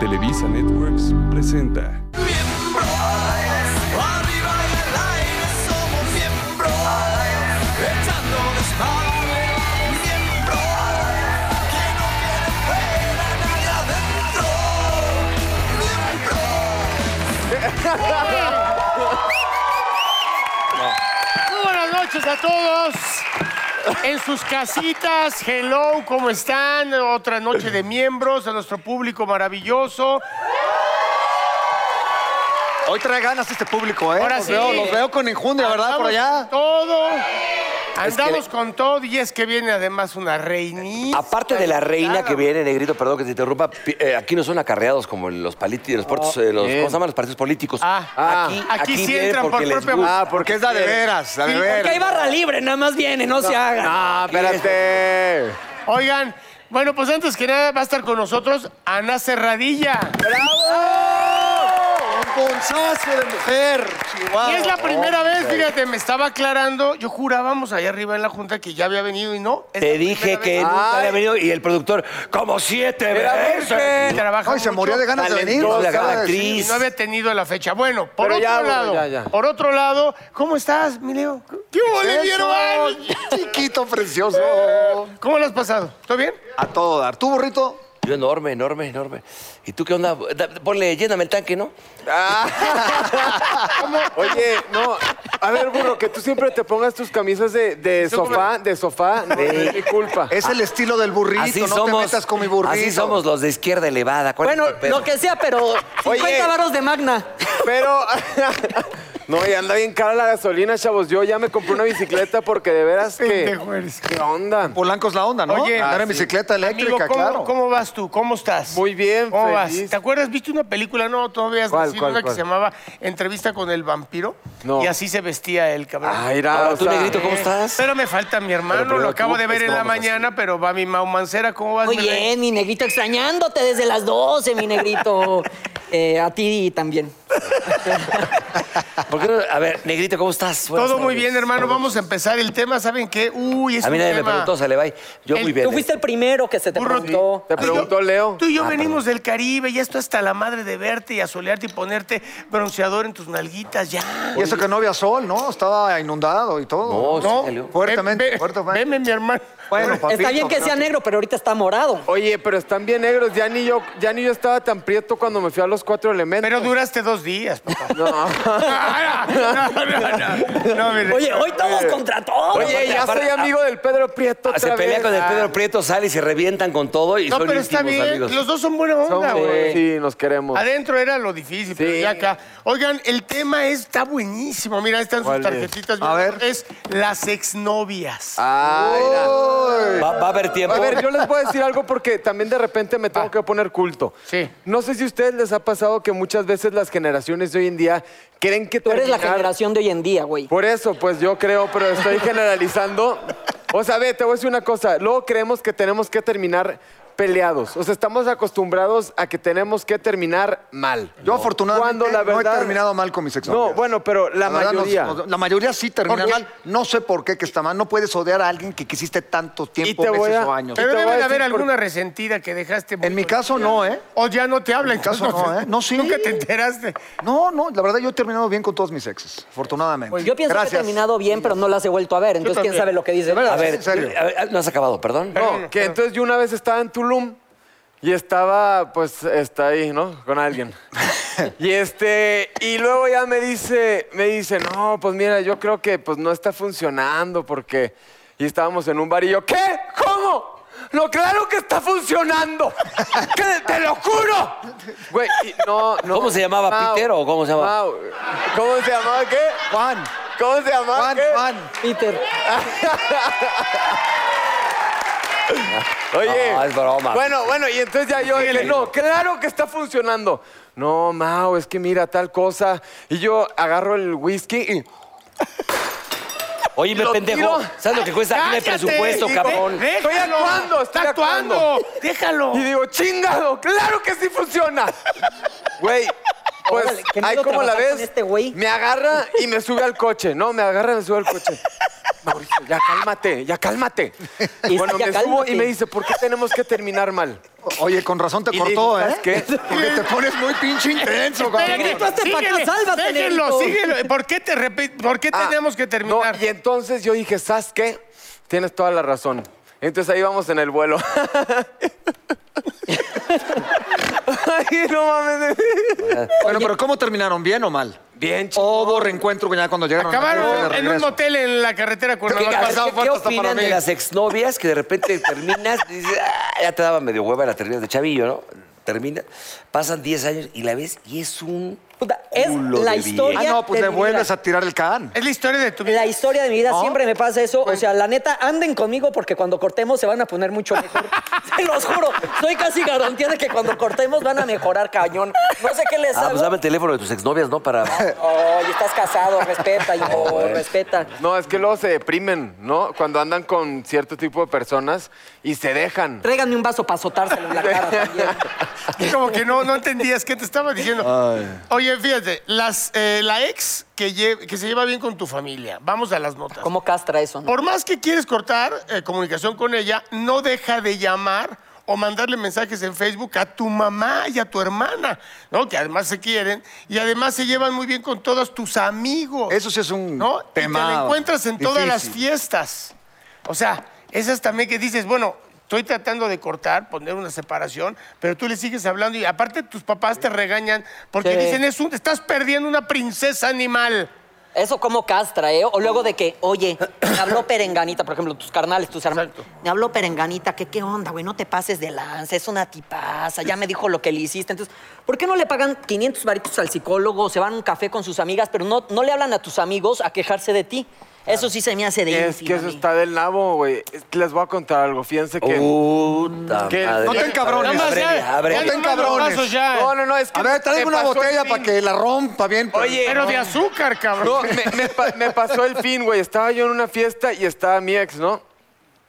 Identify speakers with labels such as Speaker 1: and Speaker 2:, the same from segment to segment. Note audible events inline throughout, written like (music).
Speaker 1: Televisa Networks presenta.
Speaker 2: Miembros, arriba en el aire somos miembros, echando desmadre, miembros, que no quieren fuera nadie adentro,
Speaker 3: Muy buenas noches a todos. En sus casitas, hello, ¿cómo están? Otra noche de miembros, a nuestro público maravilloso.
Speaker 4: Hoy trae ganas este público, ¿eh?
Speaker 3: Ahora
Speaker 4: los,
Speaker 3: sí.
Speaker 4: veo, los veo con enjundia, ¿verdad? Por
Speaker 3: Andamos con
Speaker 4: allá.
Speaker 3: Todo.
Speaker 5: que-
Speaker 3: Andamos con todo y es que viene además una reinita.
Speaker 5: Aparte de la reina que
Speaker 3: Claro.
Speaker 5: viene, Negrito, perdón que te interrumpa, pi- eh, aquí no son acarreados como en los palitos, los, puertos, eh, los- ¿cómo se llaman los partidos políticos?
Speaker 3: Oh, Ah, ah, aquí sí
Speaker 5: vienen
Speaker 3: entran por
Speaker 5: porque les
Speaker 3: propia
Speaker 5: gusta.
Speaker 4: Ah, porque es la de veras, la de
Speaker 3: Sí,
Speaker 4: veras.
Speaker 6: Que hay barra libre, nada más viene, no, se haga.
Speaker 4: Ah, espérate.
Speaker 3: Oigan, bueno, pues antes que nada va a estar con nosotros Ana Cerradilla.
Speaker 4: ¡Bravo! Un punzazo de mujer. Chihuahua.
Speaker 3: Y es la primera vez, fíjate, me estaba aclarando. Yo jurábamos allá arriba en la junta que ya había venido y no. es la
Speaker 5: Te dije
Speaker 3: primera
Speaker 5: que
Speaker 3: vez.
Speaker 5: nunca había
Speaker 4: Ay.
Speaker 5: venido y el productor, como siete veces.
Speaker 4: Verde.
Speaker 3: Trabaja
Speaker 4: Ay, se
Speaker 3: mucho.
Speaker 4: murió de ganas de venir.
Speaker 5: Talentosa,
Speaker 4: acaba de decir.
Speaker 5: actriz.
Speaker 3: Y no había tenido la fecha. Bueno, por
Speaker 4: Pero
Speaker 3: otro
Speaker 4: ya, bueno,
Speaker 3: lado,
Speaker 4: ya, ya.
Speaker 3: por otro lado, ¿cómo estás, mi Leo? ¿Qué hubo,
Speaker 4: Eso,
Speaker 3: mi hermano?
Speaker 4: Chiquito, precioso.
Speaker 3: ¿Cómo lo has pasado? ¿Todo bien?
Speaker 4: A todo dar. ¿Tú, burrito?
Speaker 5: Yo enorme, enorme, enorme. ¿Y tú qué onda? Da- Ponle, lléname el tanque, ¿no?
Speaker 7: Oye, no. A ver, burro, que tú siempre te pongas tus camisas de, de sofá, de sofá, no, no es mi culpa.
Speaker 4: Es el estilo del burrito.
Speaker 5: así
Speaker 4: no
Speaker 5: somos.
Speaker 4: te metas con mi burrito.
Speaker 5: Así somos los de izquierda elevada. ¿Cuál es
Speaker 6: Bueno,
Speaker 5: el pedo?
Speaker 6: lo que sea, pero 50 varos de magna.
Speaker 7: Pero. (laughs) No, y anda bien cara la gasolina, chavos. Yo ya me compré una bicicleta porque de veras que.
Speaker 3: Pendejo eres.
Speaker 7: ¿Qué onda?
Speaker 4: Polanco es la onda, ¿no?
Speaker 3: Oye,
Speaker 4: Andar en
Speaker 3: sí.
Speaker 4: bicicleta eléctrica,
Speaker 3: Amigo, ¿cómo,
Speaker 4: claro.
Speaker 3: ¿Cómo vas tú? ¿Cómo estás?
Speaker 7: Muy bien,
Speaker 3: ¿Cómo vas?
Speaker 7: feliz.
Speaker 3: ¿Te acuerdas? ¿Viste una película? No, todavía has
Speaker 7: ¿Cuál,
Speaker 3: nacido,
Speaker 7: cuál,
Speaker 3: una que
Speaker 7: cuál?
Speaker 3: se llamaba Entrevista con el vampiro.
Speaker 7: No.
Speaker 3: Y
Speaker 7: Ah,
Speaker 3: así se vestía el cabrón.
Speaker 7: Ay, era,
Speaker 5: Ahora
Speaker 7: o
Speaker 5: tú,
Speaker 7: sea,
Speaker 5: Negrito, ¿cómo estás?
Speaker 3: (laughs) Pero me falta mi hermano,
Speaker 5: Pero, pero
Speaker 3: lo
Speaker 5: tú
Speaker 3: acabo de ver en la
Speaker 5: estábamos
Speaker 3: mañana, pero va mi Mau Mancera, ¿cómo vas?
Speaker 6: Muy
Speaker 3: mi rey?
Speaker 6: bien, mi negrito, extrañándote desde las 12, mi negrito. (laughs) Eh, a ti también.
Speaker 5: ¿Por qué no? A ver, Negrito, ¿cómo estás? Buenas
Speaker 3: Todo muy
Speaker 5: tardes.
Speaker 3: bien, hermano. Vamos a empezar el tema. ¿Saben qué? Uy, es
Speaker 5: A mí
Speaker 3: un
Speaker 5: nadie me
Speaker 3: tema.
Speaker 5: preguntó, se le va. Yo
Speaker 3: El-
Speaker 5: muy bien.
Speaker 6: Tú fuiste el primero que se te
Speaker 3: Burro,
Speaker 6: preguntó.
Speaker 7: Te preguntó Leo. Ah,
Speaker 3: Tú y yo venimos del Caribe y esto hasta la madre de verte y asolearte y ponerte bronceador en tus nalguitas ya.
Speaker 4: Y eso que no había sol, ¿no? Estaba inundado y todo.
Speaker 5: eh. No, sí salió.
Speaker 4: fuertemente,
Speaker 3: Ven, ven,
Speaker 4: fuertemente.
Speaker 3: Venme, mi hermano.
Speaker 4: Bueno,
Speaker 6: Está
Speaker 4: papito,
Speaker 6: bien que
Speaker 4: pero-
Speaker 6: sea negro, pero ahorita está morado.
Speaker 7: Oye, pero están bien negros. Ya ni yo, ya ni yo estaba tan prieto cuando me fui a los cuatro elementos.
Speaker 3: Pero duraste dos días, papá. (laughs)
Speaker 7: No.
Speaker 3: no, no, no, no, mi rey.
Speaker 6: Oye, hoy todos contra todos.
Speaker 7: Oye, ya soy amigo del Pedro Prieto.
Speaker 5: Ah, Se
Speaker 7: otra
Speaker 5: pelea
Speaker 7: vez.
Speaker 5: con el Pedro Prieto, sale y se revientan con todo y
Speaker 3: No,
Speaker 5: son
Speaker 3: pero está
Speaker 5: íntimos
Speaker 3: bien.
Speaker 5: amigos.
Speaker 3: Los dos son buena onda,
Speaker 7: Somos-
Speaker 3: güey.
Speaker 7: Sí, nos queremos.
Speaker 3: Adentro era lo difícil, pero
Speaker 7: Sí.
Speaker 3: ya acá. Oigan, el tema está buenísimo. Mira, ahí están sus
Speaker 7: ¿Cuál es?
Speaker 3: tarjetitas.
Speaker 4: A ver.
Speaker 3: Es las exnovias.
Speaker 7: Ay, mira.
Speaker 5: Oh. Va, va a haber tiempo.
Speaker 7: A ver, yo les voy a decir algo porque también de repente me tengo que poner culto.
Speaker 3: Sí.
Speaker 7: No sé si a ustedes les ha pasado que muchas veces las generaciones de hoy en día creen que
Speaker 6: Tú eres la
Speaker 7: terminar-
Speaker 6: generación de hoy en día, güey.
Speaker 7: Por eso, pues yo creo, pero estoy generalizando. O sea, ve, te voy a decir una cosa. Luego creemos que tenemos que terminar peleados. O sea, estamos acostumbrados a que tenemos que terminar mal.
Speaker 4: Yo afortunadamente
Speaker 7: Cuando la
Speaker 4: no he
Speaker 7: verdad-
Speaker 4: terminado mal con mis exnovios.
Speaker 7: No, bueno, pero la,
Speaker 4: verdad, no-
Speaker 7: mayoría.
Speaker 4: no- la mayoría sí termina
Speaker 3: ¿Por qué?
Speaker 4: mal. No sé por qué que está mal. No puedes odiar a alguien que quisiste tanto tiempo,
Speaker 7: Y te voy
Speaker 4: meses
Speaker 7: a-
Speaker 4: o años.
Speaker 7: te
Speaker 3: Pero
Speaker 7: voy a
Speaker 3: debe de
Speaker 7: decir
Speaker 3: haber
Speaker 7: por-
Speaker 3: alguna resentida que dejaste.
Speaker 4: En mi
Speaker 3: casa.
Speaker 4: caso no, ¿eh?
Speaker 3: O ya no te habla. En
Speaker 7: (laughs)
Speaker 4: caso no, ¿eh? No, sí.
Speaker 3: Nunca te enteraste.
Speaker 4: No, no, la verdad yo he terminado bien con todos mis exes, afortunadamente.
Speaker 6: Pues Yo pienso que he
Speaker 4: Pues, Gracias.
Speaker 6: terminado bien, pero no las he vuelto a ver. Entonces,
Speaker 3: también.
Speaker 6: ¿quién sabe lo que dice?
Speaker 5: A ver,
Speaker 4: en serio.
Speaker 5: a ver, ah, no has acabado, perdón.
Speaker 7: No, que entonces yo una vez estaba en Tulum y estaba, pues, está ahí, ¿no? Con alguien. y este, y luego ya me dice, me dice, no, pues mira, yo creo que pues no está funcionando porque. Y estábamos en un bar y yo, ¿qué? ¿Cómo? No, claro que está funcionando. ¡Que- ¡Te lo juro! Güey, y- no, no.
Speaker 5: ¿Cómo se llamaba,
Speaker 7: Mau,
Speaker 5: Peter, o cómo se llamaba?
Speaker 7: Mau. ¿Cómo se llamaba qué?
Speaker 4: Juan,
Speaker 7: ¿Cómo se llamaba
Speaker 4: Juan,
Speaker 7: qué?
Speaker 4: Juan.
Speaker 6: Peter.
Speaker 7: Oye.
Speaker 5: No, es broma.
Speaker 7: Bueno, bueno, y entonces ya yo dije, no, claro que está funcionando. No, Mao, es que mira tal cosa. Y yo agarro el whisky y.
Speaker 5: Oye, me
Speaker 7: lo
Speaker 5: pendejo.
Speaker 7: tiro.
Speaker 5: ¿Sabes lo que cuesta aquí el
Speaker 3: Cállate,
Speaker 5: presupuesto,
Speaker 3: hijo.
Speaker 5: cabrón?
Speaker 3: Déjalo.
Speaker 7: Estoy actuando, estoy
Speaker 3: Está actuando.
Speaker 7: actuando.
Speaker 3: Déjalo.
Speaker 7: Y digo, chingado, claro que sí
Speaker 5: (laughs)
Speaker 7: funciona. Güey, pues
Speaker 6: Órale, qué
Speaker 7: ahí
Speaker 6: miedo
Speaker 7: como la
Speaker 6: trabajar
Speaker 7: ves,
Speaker 6: con este güey.
Speaker 7: me agarra y me sube al coche. No, me agarra y me sube
Speaker 6: (laughs)
Speaker 7: al coche. Mauricio, ya cálmate, ya cálmate.
Speaker 6: Y
Speaker 7: bueno,
Speaker 6: ya
Speaker 7: me subo
Speaker 6: cálmate.
Speaker 7: y me dice, ¿por qué tenemos que terminar mal?
Speaker 4: Oye, con razón te cortó, ¿eh?
Speaker 7: ¿Qué?
Speaker 4: Porque te pones muy pinche intenso, cabrón.
Speaker 3: Espérate,
Speaker 6: gritaste para acá,
Speaker 3: síguele,
Speaker 6: sálvate,
Speaker 3: Déjenlo,
Speaker 6: negrito.
Speaker 3: síguelo. (laughs) ¿Por qué, te repi- ¿Por qué
Speaker 7: Ah,
Speaker 3: tenemos que terminar?
Speaker 7: No, y entonces yo dije, ¿sabes qué? Tienes toda la razón. Entonces ahí vamos en el vuelo. (laughs) Ay, no mames.
Speaker 4: Bueno, pero ¿cómo terminaron? ¿Bien o mal?
Speaker 7: Bien, chido.
Speaker 4: Hubo reencuentro ya cuando llegaron. a la casa de
Speaker 3: Acabaron en un
Speaker 4: regreso.
Speaker 3: motel en la carretera
Speaker 5: ¿Qué, a ver,
Speaker 3: Cuernavaca.
Speaker 5: ¿qué- qué opinan de las exnovias que de repente terminas, y dices, "Ah, ya te daba medio hueva, la terminas de chavillo, ¿no? Termina, pasan 10 años y la ves y es un
Speaker 6: Puta, es
Speaker 5: culo de
Speaker 6: la
Speaker 5: vieja.
Speaker 6: historia.
Speaker 4: Ah, no, pues
Speaker 6: de
Speaker 4: le
Speaker 6: mi
Speaker 4: vuelves
Speaker 6: vida.
Speaker 4: a tirar el can.
Speaker 3: Es la historia de tu vida.
Speaker 6: La historia de mi vida
Speaker 4: ¿No?
Speaker 6: siempre me pasa eso. O sea, la neta, anden conmigo porque cuando cortemos se van a poner mucho
Speaker 5: (laughs)
Speaker 6: mejor. Se los juro. Soy casi garantía de que cuando cortemos van a mejorar cañón. No sé qué les
Speaker 5: Ah,
Speaker 6: hago.
Speaker 5: pues dame el teléfono de tus exnovias, ¿no? Para.
Speaker 6: Oye, estás casado, respeta, hijo, respeta.
Speaker 7: No, es que luego se deprimen, ¿no? Cuando andan con cierto tipo de personas y se dejan.
Speaker 6: Tráiganme un vaso para azotárselo en la cara también.
Speaker 3: Como que no, no entendías qué te estaba diciendo. Oye, fíjate, las, eh, la ex que, lle- que se lleva bien con tu familia. Vamos a las notas.
Speaker 6: ¿Cómo castra eso, no?
Speaker 3: Por más que quieres cortar eh, comunicación con ella, no deja de llamar o mandarle mensajes en Facebook a tu mamá y a tu hermana, ¿no? Que además se quieren y además se llevan muy bien con todos tus amigos.
Speaker 4: Eso sí es un
Speaker 3: ¿no? Y
Speaker 4: tema
Speaker 3: te la encuentras en todas las
Speaker 4: difícil.
Speaker 3: fiestas. O sea, esas también que dices, bueno, estoy tratando de cortar, poner una separación, pero tú le sigues hablando y aparte tus papás te regañan porque
Speaker 6: Sí.
Speaker 3: dicen, es un, estás perdiendo una princesa animal.
Speaker 6: Eso como castra, ¿eh? O luego de que, oye, me
Speaker 3: (coughs)
Speaker 6: habló Perenganita, por ejemplo, tus carnales, tus hermanos.
Speaker 3: Exacto.
Speaker 6: Me habló Perenganita, que qué onda, güey, no te pases de lanza, es una tipaza, ya me dijo lo que le hiciste. Entonces, ¿por qué no le pagan 500 varitos al psicólogo, se van a un café con sus amigas, pero no, no le hablan a tus amigos a quejarse de ti? Eso sí se me hace de
Speaker 7: Es
Speaker 6: ínfima
Speaker 7: que
Speaker 6: a
Speaker 7: eso
Speaker 6: mí.
Speaker 7: está del nabo, güey. Les voy a contar algo. Fíjense que.
Speaker 4: Oh.
Speaker 5: Puta
Speaker 7: Que-
Speaker 5: madre.
Speaker 4: No te encabrones.
Speaker 5: Nada más ya,
Speaker 4: Abre, abre.
Speaker 5: ya
Speaker 4: No te
Speaker 5: no
Speaker 4: encabrones.
Speaker 7: No, no, no, es que.
Speaker 4: A ver,
Speaker 7: me
Speaker 4: tráeme una
Speaker 7: pasó el
Speaker 4: botella
Speaker 7: fin.
Speaker 4: para que la rompa bien. pues.
Speaker 7: Oye,
Speaker 3: Pero de azúcar, cabrón.
Speaker 7: No, me, me pa- me pasó el fin, güey. Estaba yo en una fiesta y estaba mi ex, ¿no?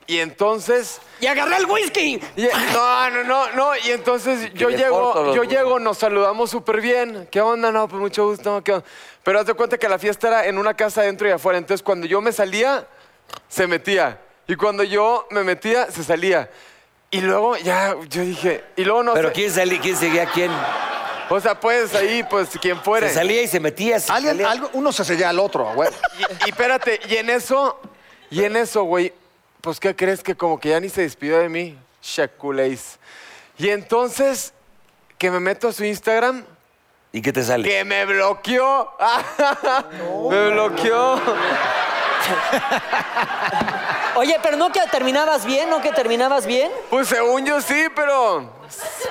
Speaker 7: Y entonces.
Speaker 6: ¡Y agarré el whisky!
Speaker 7: y- no, no, no, no. Y entonces yo
Speaker 5: le corto
Speaker 7: llego,
Speaker 5: los
Speaker 7: yo
Speaker 5: huevos.
Speaker 7: llego, nos saludamos súper bien. ¿Qué onda? No, pues mucho gusto. ¿qué onda? Pero haz de cuenta que la fiesta era en una casa adentro y afuera. Entonces cuando yo me salía, se metía. Y cuando yo me metía, se salía. Y luego ya, yo dije. Y luego no
Speaker 5: Pero
Speaker 7: sé-
Speaker 5: ¿quién, salía, quién seguía a quién?
Speaker 7: O sea, pues ahí, pues quien fuere.
Speaker 5: Se salía y se metía. se
Speaker 4: Alguien,
Speaker 5: salía.
Speaker 4: algo, uno se sella al otro,
Speaker 3: (laughs)
Speaker 4: güey.
Speaker 7: Y, y espérate, y en eso, y en eso, güey, pues ¿qué crees que como que ya ni se despidió de mí? Shakuleis. Y entonces, que me meto a su Instagram,
Speaker 5: ¿Y qué te sale?
Speaker 7: que me bloqueó. me bloqueó.
Speaker 6: Oye, pero no que terminabas bien, no que terminabas bien.
Speaker 7: Pues según yo sí, pero.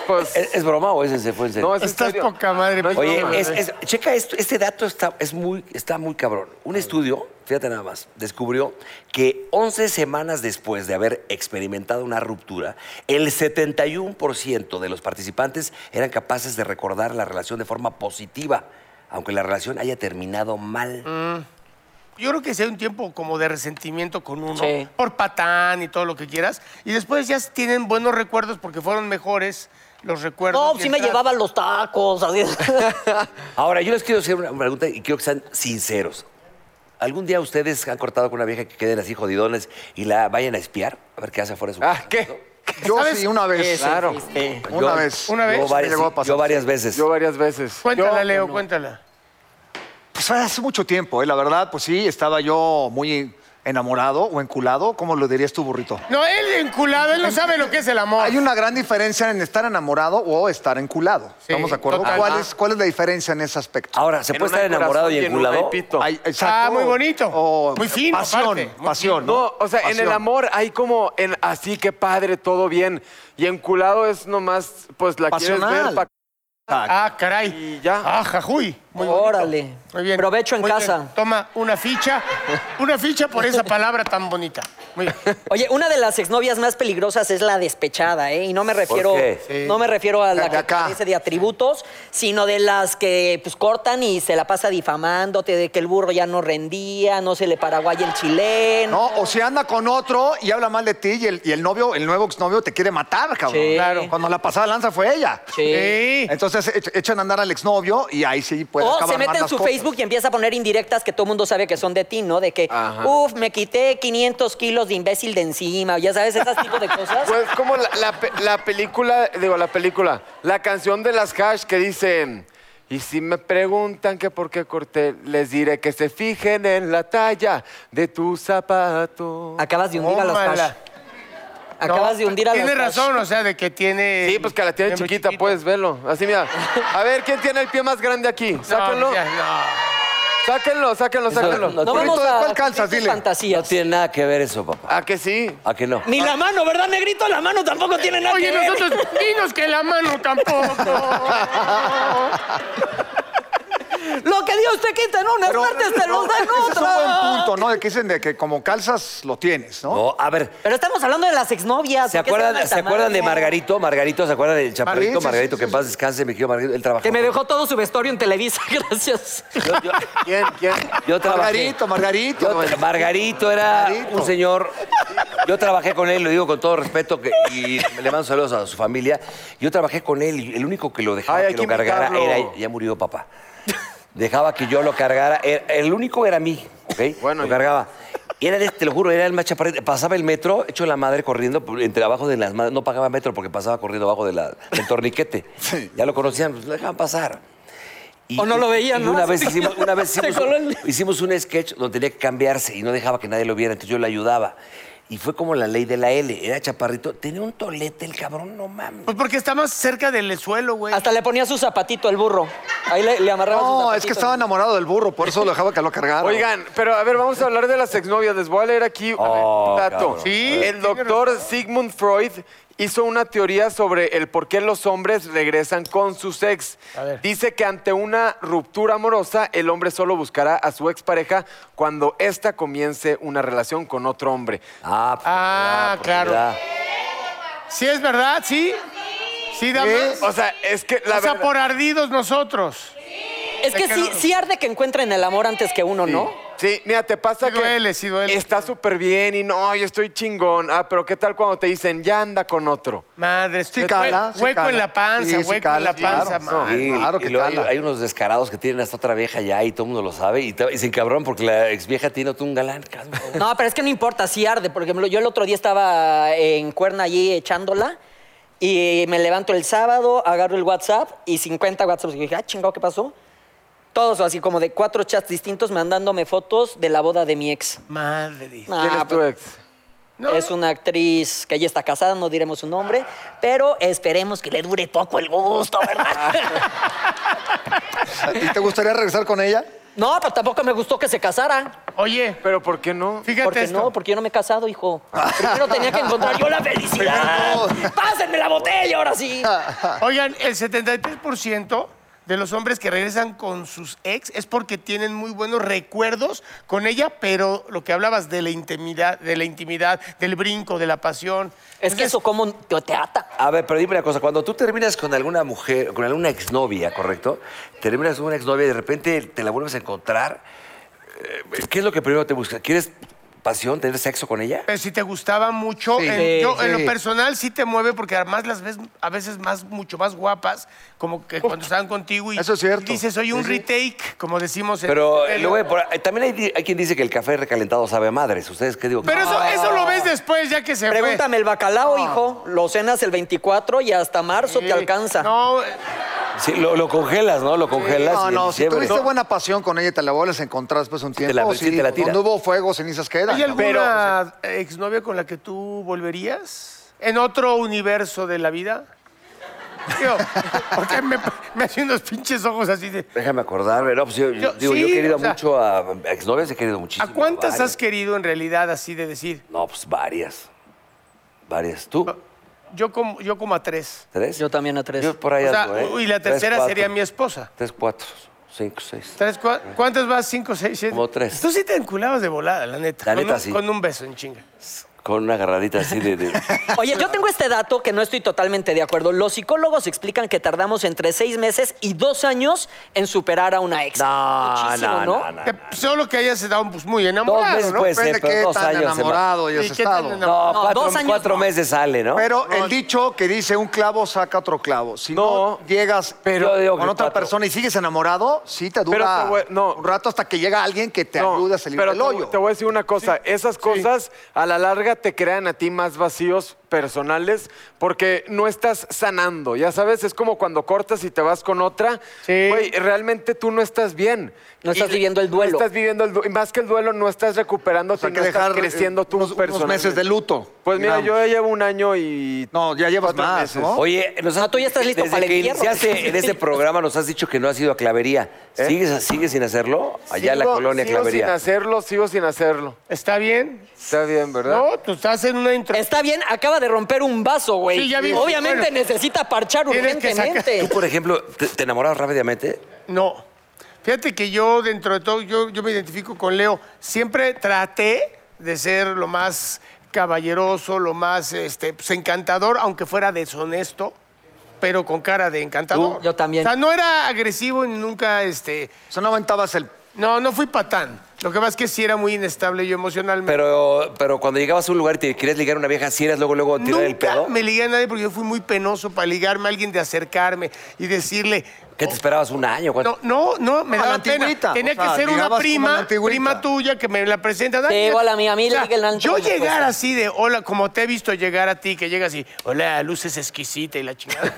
Speaker 7: Pues.
Speaker 5: ¿Es, es broma o es en se fue en serio?
Speaker 7: No, es en
Speaker 3: Estás
Speaker 7: serio.
Speaker 3: poca madre.
Speaker 7: No,
Speaker 3: p-
Speaker 5: Oye,
Speaker 7: no,
Speaker 5: es-
Speaker 7: no.
Speaker 5: es- checa esto, este dato está, es muy, está muy cabrón. Un estudio, fíjate nada más, descubrió que 11 semanas después de haber experimentado una ruptura, el 71% de los participantes eran capaces de recordar la relación de forma positiva, aunque la relación haya terminado mal.
Speaker 3: Yo creo que sea un tiempo como de resentimiento con uno,
Speaker 6: Sí.
Speaker 3: por patán y todo lo que quieras. Y después ya tienen buenos recuerdos porque fueron mejores los recuerdos.
Speaker 6: No,
Speaker 3: y
Speaker 6: sí
Speaker 3: el
Speaker 6: me
Speaker 3: trato.
Speaker 6: llevaban los tacos. así.
Speaker 5: Ahora, yo les quiero hacer una pregunta y quiero que sean sinceros. ¿Algún día ustedes han cortado con una vieja que queden así jodidones y la vayan a espiar? A ver qué hace afuera de su
Speaker 7: Ah,
Speaker 5: casa, ¿no?
Speaker 7: ¿qué? Pues,
Speaker 4: Yo
Speaker 3: ¿Sabes?
Speaker 4: sí, una vez.
Speaker 6: Eso
Speaker 7: Claro.
Speaker 6: existe.
Speaker 4: Una
Speaker 5: Yo-
Speaker 4: vez.
Speaker 3: Una vez.
Speaker 5: Yo
Speaker 3: Me
Speaker 5: varias,
Speaker 4: llegó a pasar,
Speaker 5: yo varias
Speaker 4: sí.
Speaker 5: veces.
Speaker 7: Yo varias veces.
Speaker 3: Cuéntala,
Speaker 7: Yo-
Speaker 3: Leo, cuéntala.
Speaker 4: Pues fue hace mucho tiempo, ¿eh? la verdad, pues sí, estaba yo muy enamorado o enculado, ¿cómo lo dirías tú, burrito?
Speaker 3: No, él enculado, él no sabe lo que es el amor.
Speaker 4: Hay una gran diferencia en estar enamorado o estar enculado.
Speaker 3: Sí,
Speaker 4: ¿Estamos de acuerdo?
Speaker 3: total. Ah.
Speaker 4: ¿Cuál
Speaker 3: Ajá.
Speaker 4: es, ¿Cuál es la diferencia en ese aspecto?
Speaker 5: Ahora, ¿se
Speaker 7: en
Speaker 5: puede
Speaker 7: una
Speaker 5: estar
Speaker 7: hay
Speaker 5: enamorado y
Speaker 7: corazón en una
Speaker 5: enculado?
Speaker 7: hay pito.
Speaker 4: Ay, exacto.
Speaker 3: Ah, muy bonito.
Speaker 4: O
Speaker 3: Muy fino,
Speaker 4: Pasión,
Speaker 3: aparte. Muy
Speaker 4: pasión.
Speaker 7: No, o sea, en
Speaker 4: Pasión.
Speaker 7: el amor hay como en así que padre, todo bien. Y enculado es nomás, pues la quieres ver
Speaker 4: Pasional.
Speaker 7: pa-
Speaker 3: Ah, caray.
Speaker 7: y ya.
Speaker 3: Ah, jajuy. (laughs) Muy bonito.
Speaker 6: Órale.
Speaker 3: Muy bien.
Speaker 6: Oh. Provecho en
Speaker 3: Muy bien.
Speaker 6: casa.
Speaker 3: Toma una ficha. Una ficha por esa palabra tan bonita. Muy bien.
Speaker 6: Oye, una de las exnovias más peligrosas es la despechada, ¿eh? Y no me refiero,
Speaker 5: qué?
Speaker 6: no me refiero a la
Speaker 4: De
Speaker 6: que
Speaker 4: acá.
Speaker 6: carece de atributos, sino de las que pues cortan y se la pasa difamándote de que el burro ya no rendía, no se le paraguaya el chileno.
Speaker 4: No, o si anda con otro y habla mal de ti y el, y el novio, el nuevo exnovio te quiere matar, cabrón.
Speaker 6: Sí.
Speaker 4: Claro. Cuando la pasada lanza fue ella.
Speaker 6: Sí.
Speaker 3: Sí.
Speaker 4: Entonces e- echan a andar al exnovio y ahí sí puede
Speaker 6: o
Speaker 4: acabar
Speaker 6: se mete
Speaker 4: mal
Speaker 6: en
Speaker 4: las
Speaker 6: su
Speaker 4: cosas.
Speaker 6: Facebook y empieza a poner indirectas que todo el mundo sabe que son de ti, ¿no? De que,
Speaker 7: Ajá.
Speaker 6: uff, me quité 500 kilos de imbécil de encima, ya sabes, esas tipo de cosas.
Speaker 7: Pues como la, la pe- la película, digo, la película, la canción de las hash que dice, y si me preguntan que por qué corté, les diré que se fijen en la talla de tu zapato.
Speaker 6: Acabas de hundir a las
Speaker 3: Tómala.
Speaker 6: hash. (laughs) Acabas
Speaker 3: No,
Speaker 6: de hundir a las
Speaker 3: Tiene
Speaker 6: hash.
Speaker 3: razón, o sea, de que tiene.
Speaker 7: Sí, pues que la tiene
Speaker 3: miembro
Speaker 7: chiquita,
Speaker 3: chiquito.
Speaker 7: pues, velo. Así mira. A ver, ¿quién tiene el pie más grande aquí?
Speaker 3: No,
Speaker 7: Sáquenlo,
Speaker 3: ya, no.
Speaker 7: sáquenlo, sáquenlo, sáquenlo.
Speaker 6: No
Speaker 5: no tiene-
Speaker 6: vamos
Speaker 4: Burrito, ¿de
Speaker 6: a
Speaker 4: cuál cansas?
Speaker 6: cumplir tus
Speaker 4: Dile.
Speaker 5: No
Speaker 6: fantasías.
Speaker 5: tiene nada que ver eso, papá.
Speaker 7: ¿A que sí?
Speaker 5: ¿A que no?
Speaker 6: Ni la mano, ¿verdad, negrito? La mano tampoco tiene nada
Speaker 3: Oye,
Speaker 6: que ver.
Speaker 3: nosotros, dinos que la mano tampoco.
Speaker 6: Lo que Dios te quita en unas
Speaker 4: Pero-
Speaker 6: partes te lo da en
Speaker 4: ese es un buen
Speaker 6: otras.
Speaker 4: punto, ¿no? De que dicen de que como calzas lo tienes, ¿no?
Speaker 5: No, a ver.
Speaker 6: Pero estamos hablando de las exnovias.
Speaker 5: ¿Se
Speaker 6: ¿por qué
Speaker 5: acuerdan,
Speaker 6: hablan
Speaker 5: ¿Se
Speaker 6: tan
Speaker 5: acuerdan
Speaker 6: mal?
Speaker 5: de Margarito? Margarito, ¿se acuerdan del
Speaker 4: Margarito,
Speaker 5: chaparrito?
Speaker 4: sí,
Speaker 5: Margarito,
Speaker 4: sí,
Speaker 5: que
Speaker 4: sí,
Speaker 5: en paz descanse, mi querido Margarito. Él trabajó.
Speaker 6: Que me
Speaker 5: con-
Speaker 6: dejó todo su vestuario en Televisa, (laughs) gracias. (laughs)
Speaker 5: Yo, yo-
Speaker 7: ¿Quién? ¿Quién?
Speaker 5: yo trabajé.
Speaker 4: Margarito, Margarito.
Speaker 5: Yo tra- Margarito era
Speaker 4: Margarito.
Speaker 5: un señor. Yo trabajé con él, lo digo con todo respeto que- y le mando saludos a su familia. Yo trabajé con él y el único que lo dejaba
Speaker 7: Ay, hay
Speaker 5: que
Speaker 7: que
Speaker 5: lo cargara
Speaker 7: invitarlo.
Speaker 5: era. Ya murió papá. Dejaba que yo lo cargara. era- el único era mí, ¿ok?
Speaker 7: Bueno,
Speaker 5: lo
Speaker 7: y-
Speaker 5: cargaba. Y era, de- te lo juro, era el más chaparrito. Pasaba el metro, hecho la madre corriendo, entre abajo de las madres. No pagaba metro porque pasaba corriendo abajo de la- del torniquete. Ya lo conocían, pues lo dejaban pasar. Y-
Speaker 6: O no lo veían,
Speaker 5: y
Speaker 6: ¿no? (laughs)
Speaker 5: Una vez hicimos, una vez
Speaker 6: Se
Speaker 5: hicimos,
Speaker 6: coló
Speaker 5: un,
Speaker 6: el-
Speaker 5: hicimos un sketch donde tenía que cambiarse y no dejaba que nadie lo viera, entonces yo le ayudaba. Y fue como la ley de la L. Era chaparrito, tenía un tolete el cabrón, no mames.
Speaker 3: Pues porque está más cerca del suelo, güey.
Speaker 6: Hasta le ponía su zapatito al burro. Ahí le, le amarraba su
Speaker 4: No,
Speaker 6: zapatito.
Speaker 4: es que estaba enamorado del burro, por eso lo dejaba que lo
Speaker 5: Ah,
Speaker 4: cargara.
Speaker 7: Oigan, pero a ver, vamos a hablar de las exnovias. Les voy a leer aquí a ver,
Speaker 5: Oh,
Speaker 7: un dato.
Speaker 5: cabrón.
Speaker 3: Sí,
Speaker 7: El
Speaker 3: tiene
Speaker 7: doctor Sigmund Freud hizo una teoría sobre el por qué los hombres regresan con sus ex. Dice que ante una ruptura amorosa, el hombre solo buscará a su expareja cuando ésta comience una relación con otro hombre.
Speaker 5: Ah, pues,
Speaker 3: Ah,
Speaker 5: ya,
Speaker 3: claro.
Speaker 5: ya.
Speaker 3: Sí, es verdad, sí. Sí, dame.
Speaker 7: O sea, es que la
Speaker 3: o sea,
Speaker 7: verdad-
Speaker 3: por ardidos nosotros.
Speaker 6: Es que
Speaker 3: Es que
Speaker 6: sí,
Speaker 3: no-
Speaker 6: sí arde que encuentren el amor antes que uno, ¿no?
Speaker 7: Sí, mira, te pasa
Speaker 3: Sí
Speaker 7: que
Speaker 3: duele, sí duele.
Speaker 7: está súper bien y no, yo estoy chingón. Ah, pero ¿qué tal cuando te dicen ya anda con otro?
Speaker 3: Madre,
Speaker 4: Sí
Speaker 3: hue-
Speaker 4: cala, sí
Speaker 3: hueco en
Speaker 4: cala.
Speaker 3: la panza,
Speaker 4: Sí, sí
Speaker 3: hueco en
Speaker 4: cala,
Speaker 3: la
Speaker 4: claro.
Speaker 3: panza,
Speaker 4: No,
Speaker 3: madre.
Speaker 5: Sí,
Speaker 4: claro
Speaker 5: y
Speaker 4: que
Speaker 5: luego hay,
Speaker 4: cala.
Speaker 5: hay unos descarados que tienen hasta otra vieja ya y todo el mundo lo sabe. Y, te- y se encabrón porque la ex vieja tiene otro un galán. cabrón.
Speaker 6: No, pero es que no importa, sí arde. Por ejemplo, yo el otro día estaba en cuerna allí echándola y me levanto el sábado, agarro el WhatsApp y 50 WhatsApps. Y dije, ah, chingado, ¿qué pasó? Todos así como de cuatro chats distintos mandándome fotos de la boda de mi ex.
Speaker 3: Madre.
Speaker 6: Nah,
Speaker 5: Ah,
Speaker 7: ¿Quién es tu
Speaker 6: pues,
Speaker 7: ex?
Speaker 3: No.
Speaker 6: Es una actriz que ya está casada, no diremos su nombre, pero esperemos que le dure poco el gusto, ¿verdad?
Speaker 7: (laughs)
Speaker 4: ¿Y te gustaría regresar con ella?
Speaker 6: no, pero tampoco me gustó que se casara.
Speaker 3: Oye,
Speaker 7: Pero ¿por qué no?
Speaker 3: fíjate
Speaker 6: Porque
Speaker 3: esto.
Speaker 6: no, porque yo no me he casado, hijo. Primero tenía que encontrar yo la felicidad. Pásenme la botella ahora
Speaker 5: (laughs)
Speaker 6: sí.
Speaker 3: Oigan, el 73% de los hombres que regresan con sus ex es porque tienen muy buenos recuerdos con ella, pero lo que hablabas de la intimidad, de la intimidad, del brinco, de la pasión.
Speaker 6: Es que
Speaker 3: Entonces,
Speaker 6: eso como te, te ata.
Speaker 5: A ver, pero dime una cosa, cuando tú terminas con alguna mujer, con alguna exnovia, ¿correcto? Terminas con una exnovia y de repente te la vuelves a encontrar, eh, ¿qué es lo que primero te busca? ¿Quieres pasión, tener sexo con ella?
Speaker 3: Pero si te gustaba mucho,
Speaker 4: Sí.
Speaker 3: en,
Speaker 4: Sí,
Speaker 3: yo, en
Speaker 4: sí.
Speaker 3: lo personal sí te mueve porque además las ves a veces más, mucho más guapas, como que cuando estaban contigo y
Speaker 4: Eso es cierto.
Speaker 3: dices, soy un
Speaker 4: Sí, sí.
Speaker 3: retake, como decimos. en-
Speaker 5: Pero eh,
Speaker 3: en-
Speaker 5: luego, por- eh, también hay, di- hay quien dice que el café recalentado sabe a madres. ¿Ustedes qué digo? Ah,
Speaker 3: Pero eso, eso lo ves después ya que se fue.
Speaker 6: Pregúntame el bacalao, hijo. Lo cenas el 24 y hasta marzo te
Speaker 3: Sí.
Speaker 6: alcanza.
Speaker 3: No,
Speaker 5: Sí, lo, lo congelas, ¿no? Lo congelas.
Speaker 4: No,
Speaker 5: y en
Speaker 4: no, si
Speaker 5: diciembre-
Speaker 4: tuviste buena pasión con ella y te la vuelves a encontrar después de un tiempo.
Speaker 5: la- sí, te la tira.
Speaker 4: Cuando hubo fuego, cenizas quedan.
Speaker 3: ¿Hay
Speaker 4: ¿no?
Speaker 3: alguna exnovia con la que tú volverías? ¿En otro universo de la vida? Digo, (laughs) porque me, me hacen unos pinches ojos así de...
Speaker 5: Déjame acordarme, ¿no? Pues yo, yo
Speaker 3: Yo-
Speaker 5: digo, yo he
Speaker 3: sí,
Speaker 5: querido
Speaker 3: o sea-
Speaker 5: mucho a, a exnovias, he querido muchísimo.
Speaker 3: ¿A cuántas
Speaker 5: varias.
Speaker 3: has querido en realidad así de decir?
Speaker 5: No, pues varias. Varias. ¿Tú?
Speaker 3: Yo como, yo como a tres.
Speaker 5: ¿Tres?
Speaker 6: Yo también a tres.
Speaker 5: Yo por ahí
Speaker 3: O sea,
Speaker 5: ando, ¿eh?
Speaker 3: y la
Speaker 5: Tres,
Speaker 3: tercera
Speaker 5: cuatro.
Speaker 3: sería mi esposa.
Speaker 5: Tres, cuatro, cinco, seis.
Speaker 3: ¿Tres, cua- ¿Cuántas vas? ¿Cinco, seis, siete?
Speaker 5: Como tres.
Speaker 3: Tú sí te enculabas de volada, la neta.
Speaker 5: La
Speaker 3: con
Speaker 5: neta,
Speaker 3: un,
Speaker 5: sí.
Speaker 3: Con un beso en chinga.
Speaker 5: Con una agarradita así de...
Speaker 3: (laughs)
Speaker 5: de-
Speaker 6: Oye, yo tengo este dato que no estoy totalmente de acuerdo. Los psicólogos explican que tardamos entre seis meses y dos años en superar a una ex.
Speaker 5: No,
Speaker 6: Muchísimo,
Speaker 5: no, no, Ah, no.
Speaker 3: Que solo que hayas estado pues, muy
Speaker 5: Dos
Speaker 3: enamorado,
Speaker 5: veces
Speaker 3: ¿no?
Speaker 5: puede ser,
Speaker 7: eh,
Speaker 4: Depende
Speaker 5: pero
Speaker 7: pues,
Speaker 4: qué
Speaker 5: dos
Speaker 4: tan
Speaker 5: años. se va.
Speaker 4: enamorado hayas
Speaker 3: ¿Y qué tan
Speaker 4: estado.
Speaker 3: enamorado?
Speaker 5: No,
Speaker 6: No,
Speaker 5: cuatro,
Speaker 6: dos años
Speaker 5: cuatro
Speaker 6: no.
Speaker 5: meses sale, ¿no?
Speaker 4: Pero el dicho que dice un clavo saca otro clavo. Si no,
Speaker 7: No,
Speaker 4: llegas
Speaker 7: pero- Yo digo
Speaker 4: con
Speaker 7: que
Speaker 4: otra
Speaker 5: cuatro.
Speaker 4: persona y sigues enamorado, sí te dura
Speaker 7: te voy- no.
Speaker 4: un rato hasta que llega alguien que te
Speaker 7: No,
Speaker 4: ayude a salir
Speaker 7: pero
Speaker 4: del
Speaker 7: te-
Speaker 4: hoyo.
Speaker 7: Te, voy a decir una cosa. Esas cosas a la larga te crean a ti más vacíos personales porque no estás sanando. Ya sabes, es como cuando cortas y te vas con otra.
Speaker 3: Sí.
Speaker 7: Güey, realmente tú no estás bien.
Speaker 6: No estás
Speaker 7: Y-
Speaker 6: viviendo el duelo.
Speaker 7: No estás viviendo el duelo. Más que el duelo, no estás recuperando,
Speaker 4: O sea,
Speaker 7: no estás
Speaker 4: eh,
Speaker 7: creciendo tú
Speaker 4: unos, unos
Speaker 7: personalmente.
Speaker 4: meses de luto.
Speaker 7: Pues mira,
Speaker 4: digamos.
Speaker 7: yo ya llevo un año y...
Speaker 4: No, ya llevas
Speaker 7: cuatro
Speaker 4: más,
Speaker 7: meses.
Speaker 4: ¿no?
Speaker 5: Oye, nos has-
Speaker 6: No, tú ya estás listo
Speaker 5: desde
Speaker 6: para el
Speaker 5: que
Speaker 6: entierro.
Speaker 5: iniciaste en este programa nos has dicho que no has ido a Clavería.
Speaker 3: ¿Eh?
Speaker 5: ¿Sigues, sigues sin hacerlo? Allá en la
Speaker 7: Sigo-
Speaker 5: colonia
Speaker 7: sigo sin
Speaker 5: Clavería.
Speaker 7: hacerlo, sigo sin hacerlo.
Speaker 3: ¿Está bien?
Speaker 7: Está bien, ¿verdad?
Speaker 3: No, tú estás en una intro.
Speaker 6: Está bien, acaba de romper un vaso, güey.
Speaker 3: Sí, ya vi.
Speaker 6: Obviamente
Speaker 3: Bueno.
Speaker 6: necesita parchar
Speaker 3: Tienes que sacar-
Speaker 6: urgentemente.
Speaker 5: Tú, por ejemplo, te, te enamorabas rápidamente.
Speaker 3: No. Fíjate que yo, dentro de todo, yo, yo me identifico con Leo. Siempre traté de ser lo más caballeroso, lo más este, pues, encantador, aunque fuera deshonesto, pero con cara de encantador.
Speaker 6: Tú, yo también.
Speaker 3: O sea, no era agresivo ni nunca, este...
Speaker 4: O sea, no aventabas el...
Speaker 3: No, no fui patán. Lo que pasa es que sí era muy inestable yo emocionalmente.
Speaker 5: Pero, pero cuando llegabas a un lugar y te querías ligar a una vieja, si eras luego, luego tirar el
Speaker 3: Nunca
Speaker 5: pedo.
Speaker 3: me ligué a nadie porque yo fui muy penoso para ligarme a alguien, de acercarme y decirle... "Oh,
Speaker 5: ¿Qué te esperabas? ¿Un año? ¿Cuánto?
Speaker 3: No, no, no, me
Speaker 4: No, a la
Speaker 3: daba pena.
Speaker 4: antigüita,
Speaker 3: Tenía
Speaker 4: o sea,
Speaker 3: que ser
Speaker 4: llegabas
Speaker 3: una
Speaker 4: como a la
Speaker 3: prima,
Speaker 4: antigüita.
Speaker 3: prima tuya que me la presenta. Dani,
Speaker 6: igual a mí, a mí
Speaker 3: o sea,
Speaker 6: le llega el antro,
Speaker 3: Yo
Speaker 6: me cuesta.
Speaker 3: llegar así de, hola, como te he visto llegar a ti, que llega así, hola, luces exquisita y la chingada.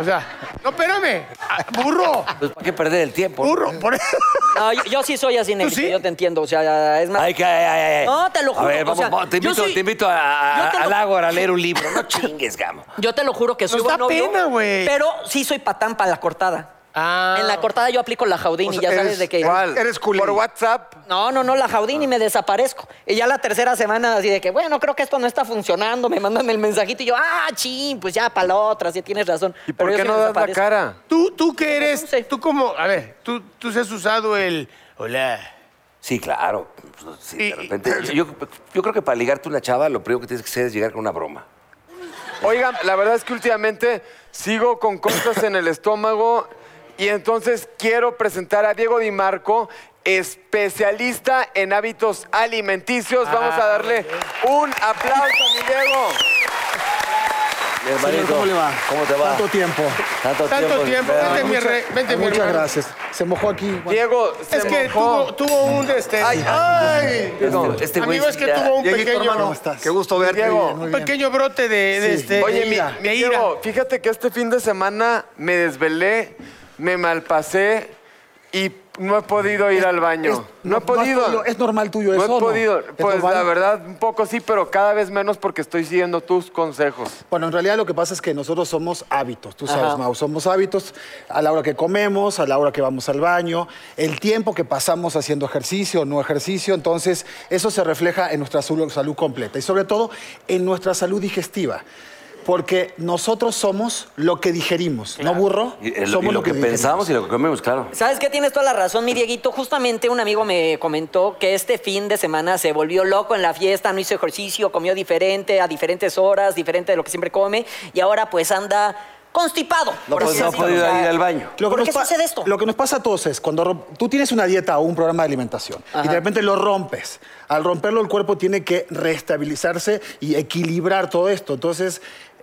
Speaker 3: O sea, no, espérame, ah, burro,
Speaker 5: Pues, ¿Para qué perder el tiempo?
Speaker 3: burro. Por eso.
Speaker 6: No, yo, yo sí soy así, negrito,
Speaker 3: sí?
Speaker 6: yo te entiendo. O sea, es más...
Speaker 5: Ay, que, ay, ay, ay.
Speaker 6: No, te lo juro,
Speaker 5: A ver,
Speaker 6: o
Speaker 5: vamos,
Speaker 6: sea,
Speaker 5: vamos, te,
Speaker 6: yo
Speaker 5: invito,
Speaker 6: soy-
Speaker 5: te invito a-
Speaker 6: yo te lo-
Speaker 5: al Ágora
Speaker 6: (laughs)
Speaker 5: a leer un libro. No chingues, gamo.
Speaker 6: Yo te lo juro que soy
Speaker 3: Nos
Speaker 6: buen
Speaker 3: da
Speaker 6: novio,
Speaker 3: pena, güey.
Speaker 6: Pero sí soy patán para la cortada.
Speaker 3: Ah.
Speaker 6: En la cortada yo aplico la Jaudini, ya sabes
Speaker 4: eres-
Speaker 6: de qué.
Speaker 4: ¿cuál? Eres culé.
Speaker 7: Por WhatsApp.
Speaker 6: No, no, no, la Jaudini me desaparezco. Y ya la tercera semana así de que, bueno, creo que esto no está funcionando, me mandan el mensajito y yo, ah, ching, pues ya para la otra, sí tienes razón.
Speaker 7: ¿Y
Speaker 6: Pero
Speaker 7: por
Speaker 6: yo
Speaker 7: qué
Speaker 6: sí
Speaker 7: no
Speaker 6: me
Speaker 7: das la
Speaker 6: desaparezco.
Speaker 7: cara?
Speaker 3: Tú, tú que eres,
Speaker 6: sé.
Speaker 3: tú como, a ver, tú, tú se has usado el, hola.
Speaker 5: Sí, claro. Pues, sí,
Speaker 3: Y-
Speaker 5: de repente. Yo, yo- yo creo que para ligarte una chava, lo primero que tienes que hacer es llegar con una broma.
Speaker 7: Oigan, la verdad es que últimamente sigo con cosas en el estómago y entonces quiero presentar a Diego Di Marco, especialista en hábitos alimenticios. Vamos a darle un aplauso a mi Diego.
Speaker 5: Mi hermanito,
Speaker 8: Señor, ¿cómo le va?
Speaker 5: ¿Cómo te va?
Speaker 8: Tanto tiempo.
Speaker 5: Tanto,
Speaker 3: Tanto tiempo,
Speaker 5: espera.
Speaker 3: vente mi rey, vente mi
Speaker 8: Muchas
Speaker 3: hermano.
Speaker 8: gracias. Se mojó aquí. Bueno,
Speaker 7: Diego, se
Speaker 3: Es que tuvo,
Speaker 7: mojó.
Speaker 3: tuvo un, este, ay, ay.
Speaker 7: Diego,
Speaker 5: Este- este güey
Speaker 3: Amigo, es que
Speaker 5: ya-
Speaker 3: tuvo un
Speaker 4: Dieguito,
Speaker 3: pequeño,
Speaker 4: hermano,
Speaker 8: ¿cómo estás?
Speaker 4: Qué gusto verte.
Speaker 7: Diego,
Speaker 8: Muy
Speaker 3: un
Speaker 8: bien.
Speaker 3: pequeño brote de, de
Speaker 8: Sí.
Speaker 3: este,
Speaker 7: Oye, mi,
Speaker 3: ira,
Speaker 7: mi
Speaker 3: de ira.
Speaker 7: Diego, fíjate que este fin de semana me desvelé, me malpasé y no he podido ir al baño.
Speaker 8: es-
Speaker 7: no he
Speaker 8: no- no has
Speaker 7: podido.
Speaker 8: podido. ¿Es normal tuyo eso
Speaker 7: No
Speaker 8: o
Speaker 7: he
Speaker 8: no?
Speaker 7: podido.
Speaker 8: ¿Es
Speaker 7: Pues
Speaker 8: normal?
Speaker 7: la verdad, un poco sí, pero cada vez menos porque estoy siguiendo tus consejos.
Speaker 8: Bueno, en realidad lo que pasa es que nosotros somos hábitos, tú sabes,
Speaker 6: Ajá.
Speaker 8: Mau, somos hábitos a la hora que comemos, a la hora que vamos al baño, el tiempo que pasamos haciendo ejercicio o no ejercicio, entonces eso se refleja en nuestra salu- salud completa y sobre todo en nuestra salud digestiva. Porque nosotros somos lo que digerimos, ¿no, burro?
Speaker 5: Y- y lo,
Speaker 8: somos
Speaker 5: y lo que
Speaker 8: digerimos.
Speaker 5: pensamos y lo que comemos, claro.
Speaker 6: ¿Sabes qué? Tienes toda la razón, mi Dieguito. Justamente un amigo me comentó que este fin de semana se volvió loco en la fiesta, no hizo ejercicio, comió diferente, a diferentes horas, diferente de lo que siempre come, y ahora pues anda constipado.
Speaker 5: No,
Speaker 6: por
Speaker 5: pues,
Speaker 6: así
Speaker 5: no ha
Speaker 6: decirlo.
Speaker 5: podido
Speaker 6: O sea,
Speaker 5: ir al baño.
Speaker 8: Lo que
Speaker 6: ¿Por
Speaker 8: nos
Speaker 6: qué
Speaker 8: pa-
Speaker 6: sucede esto?
Speaker 8: Lo que nos pasa a todos es cuando rom- tú tienes una dieta o un programa de alimentación y de repente lo rompes. Al romperlo, el cuerpo tiene que restabilizarse y equilibrar todo esto. Entonces.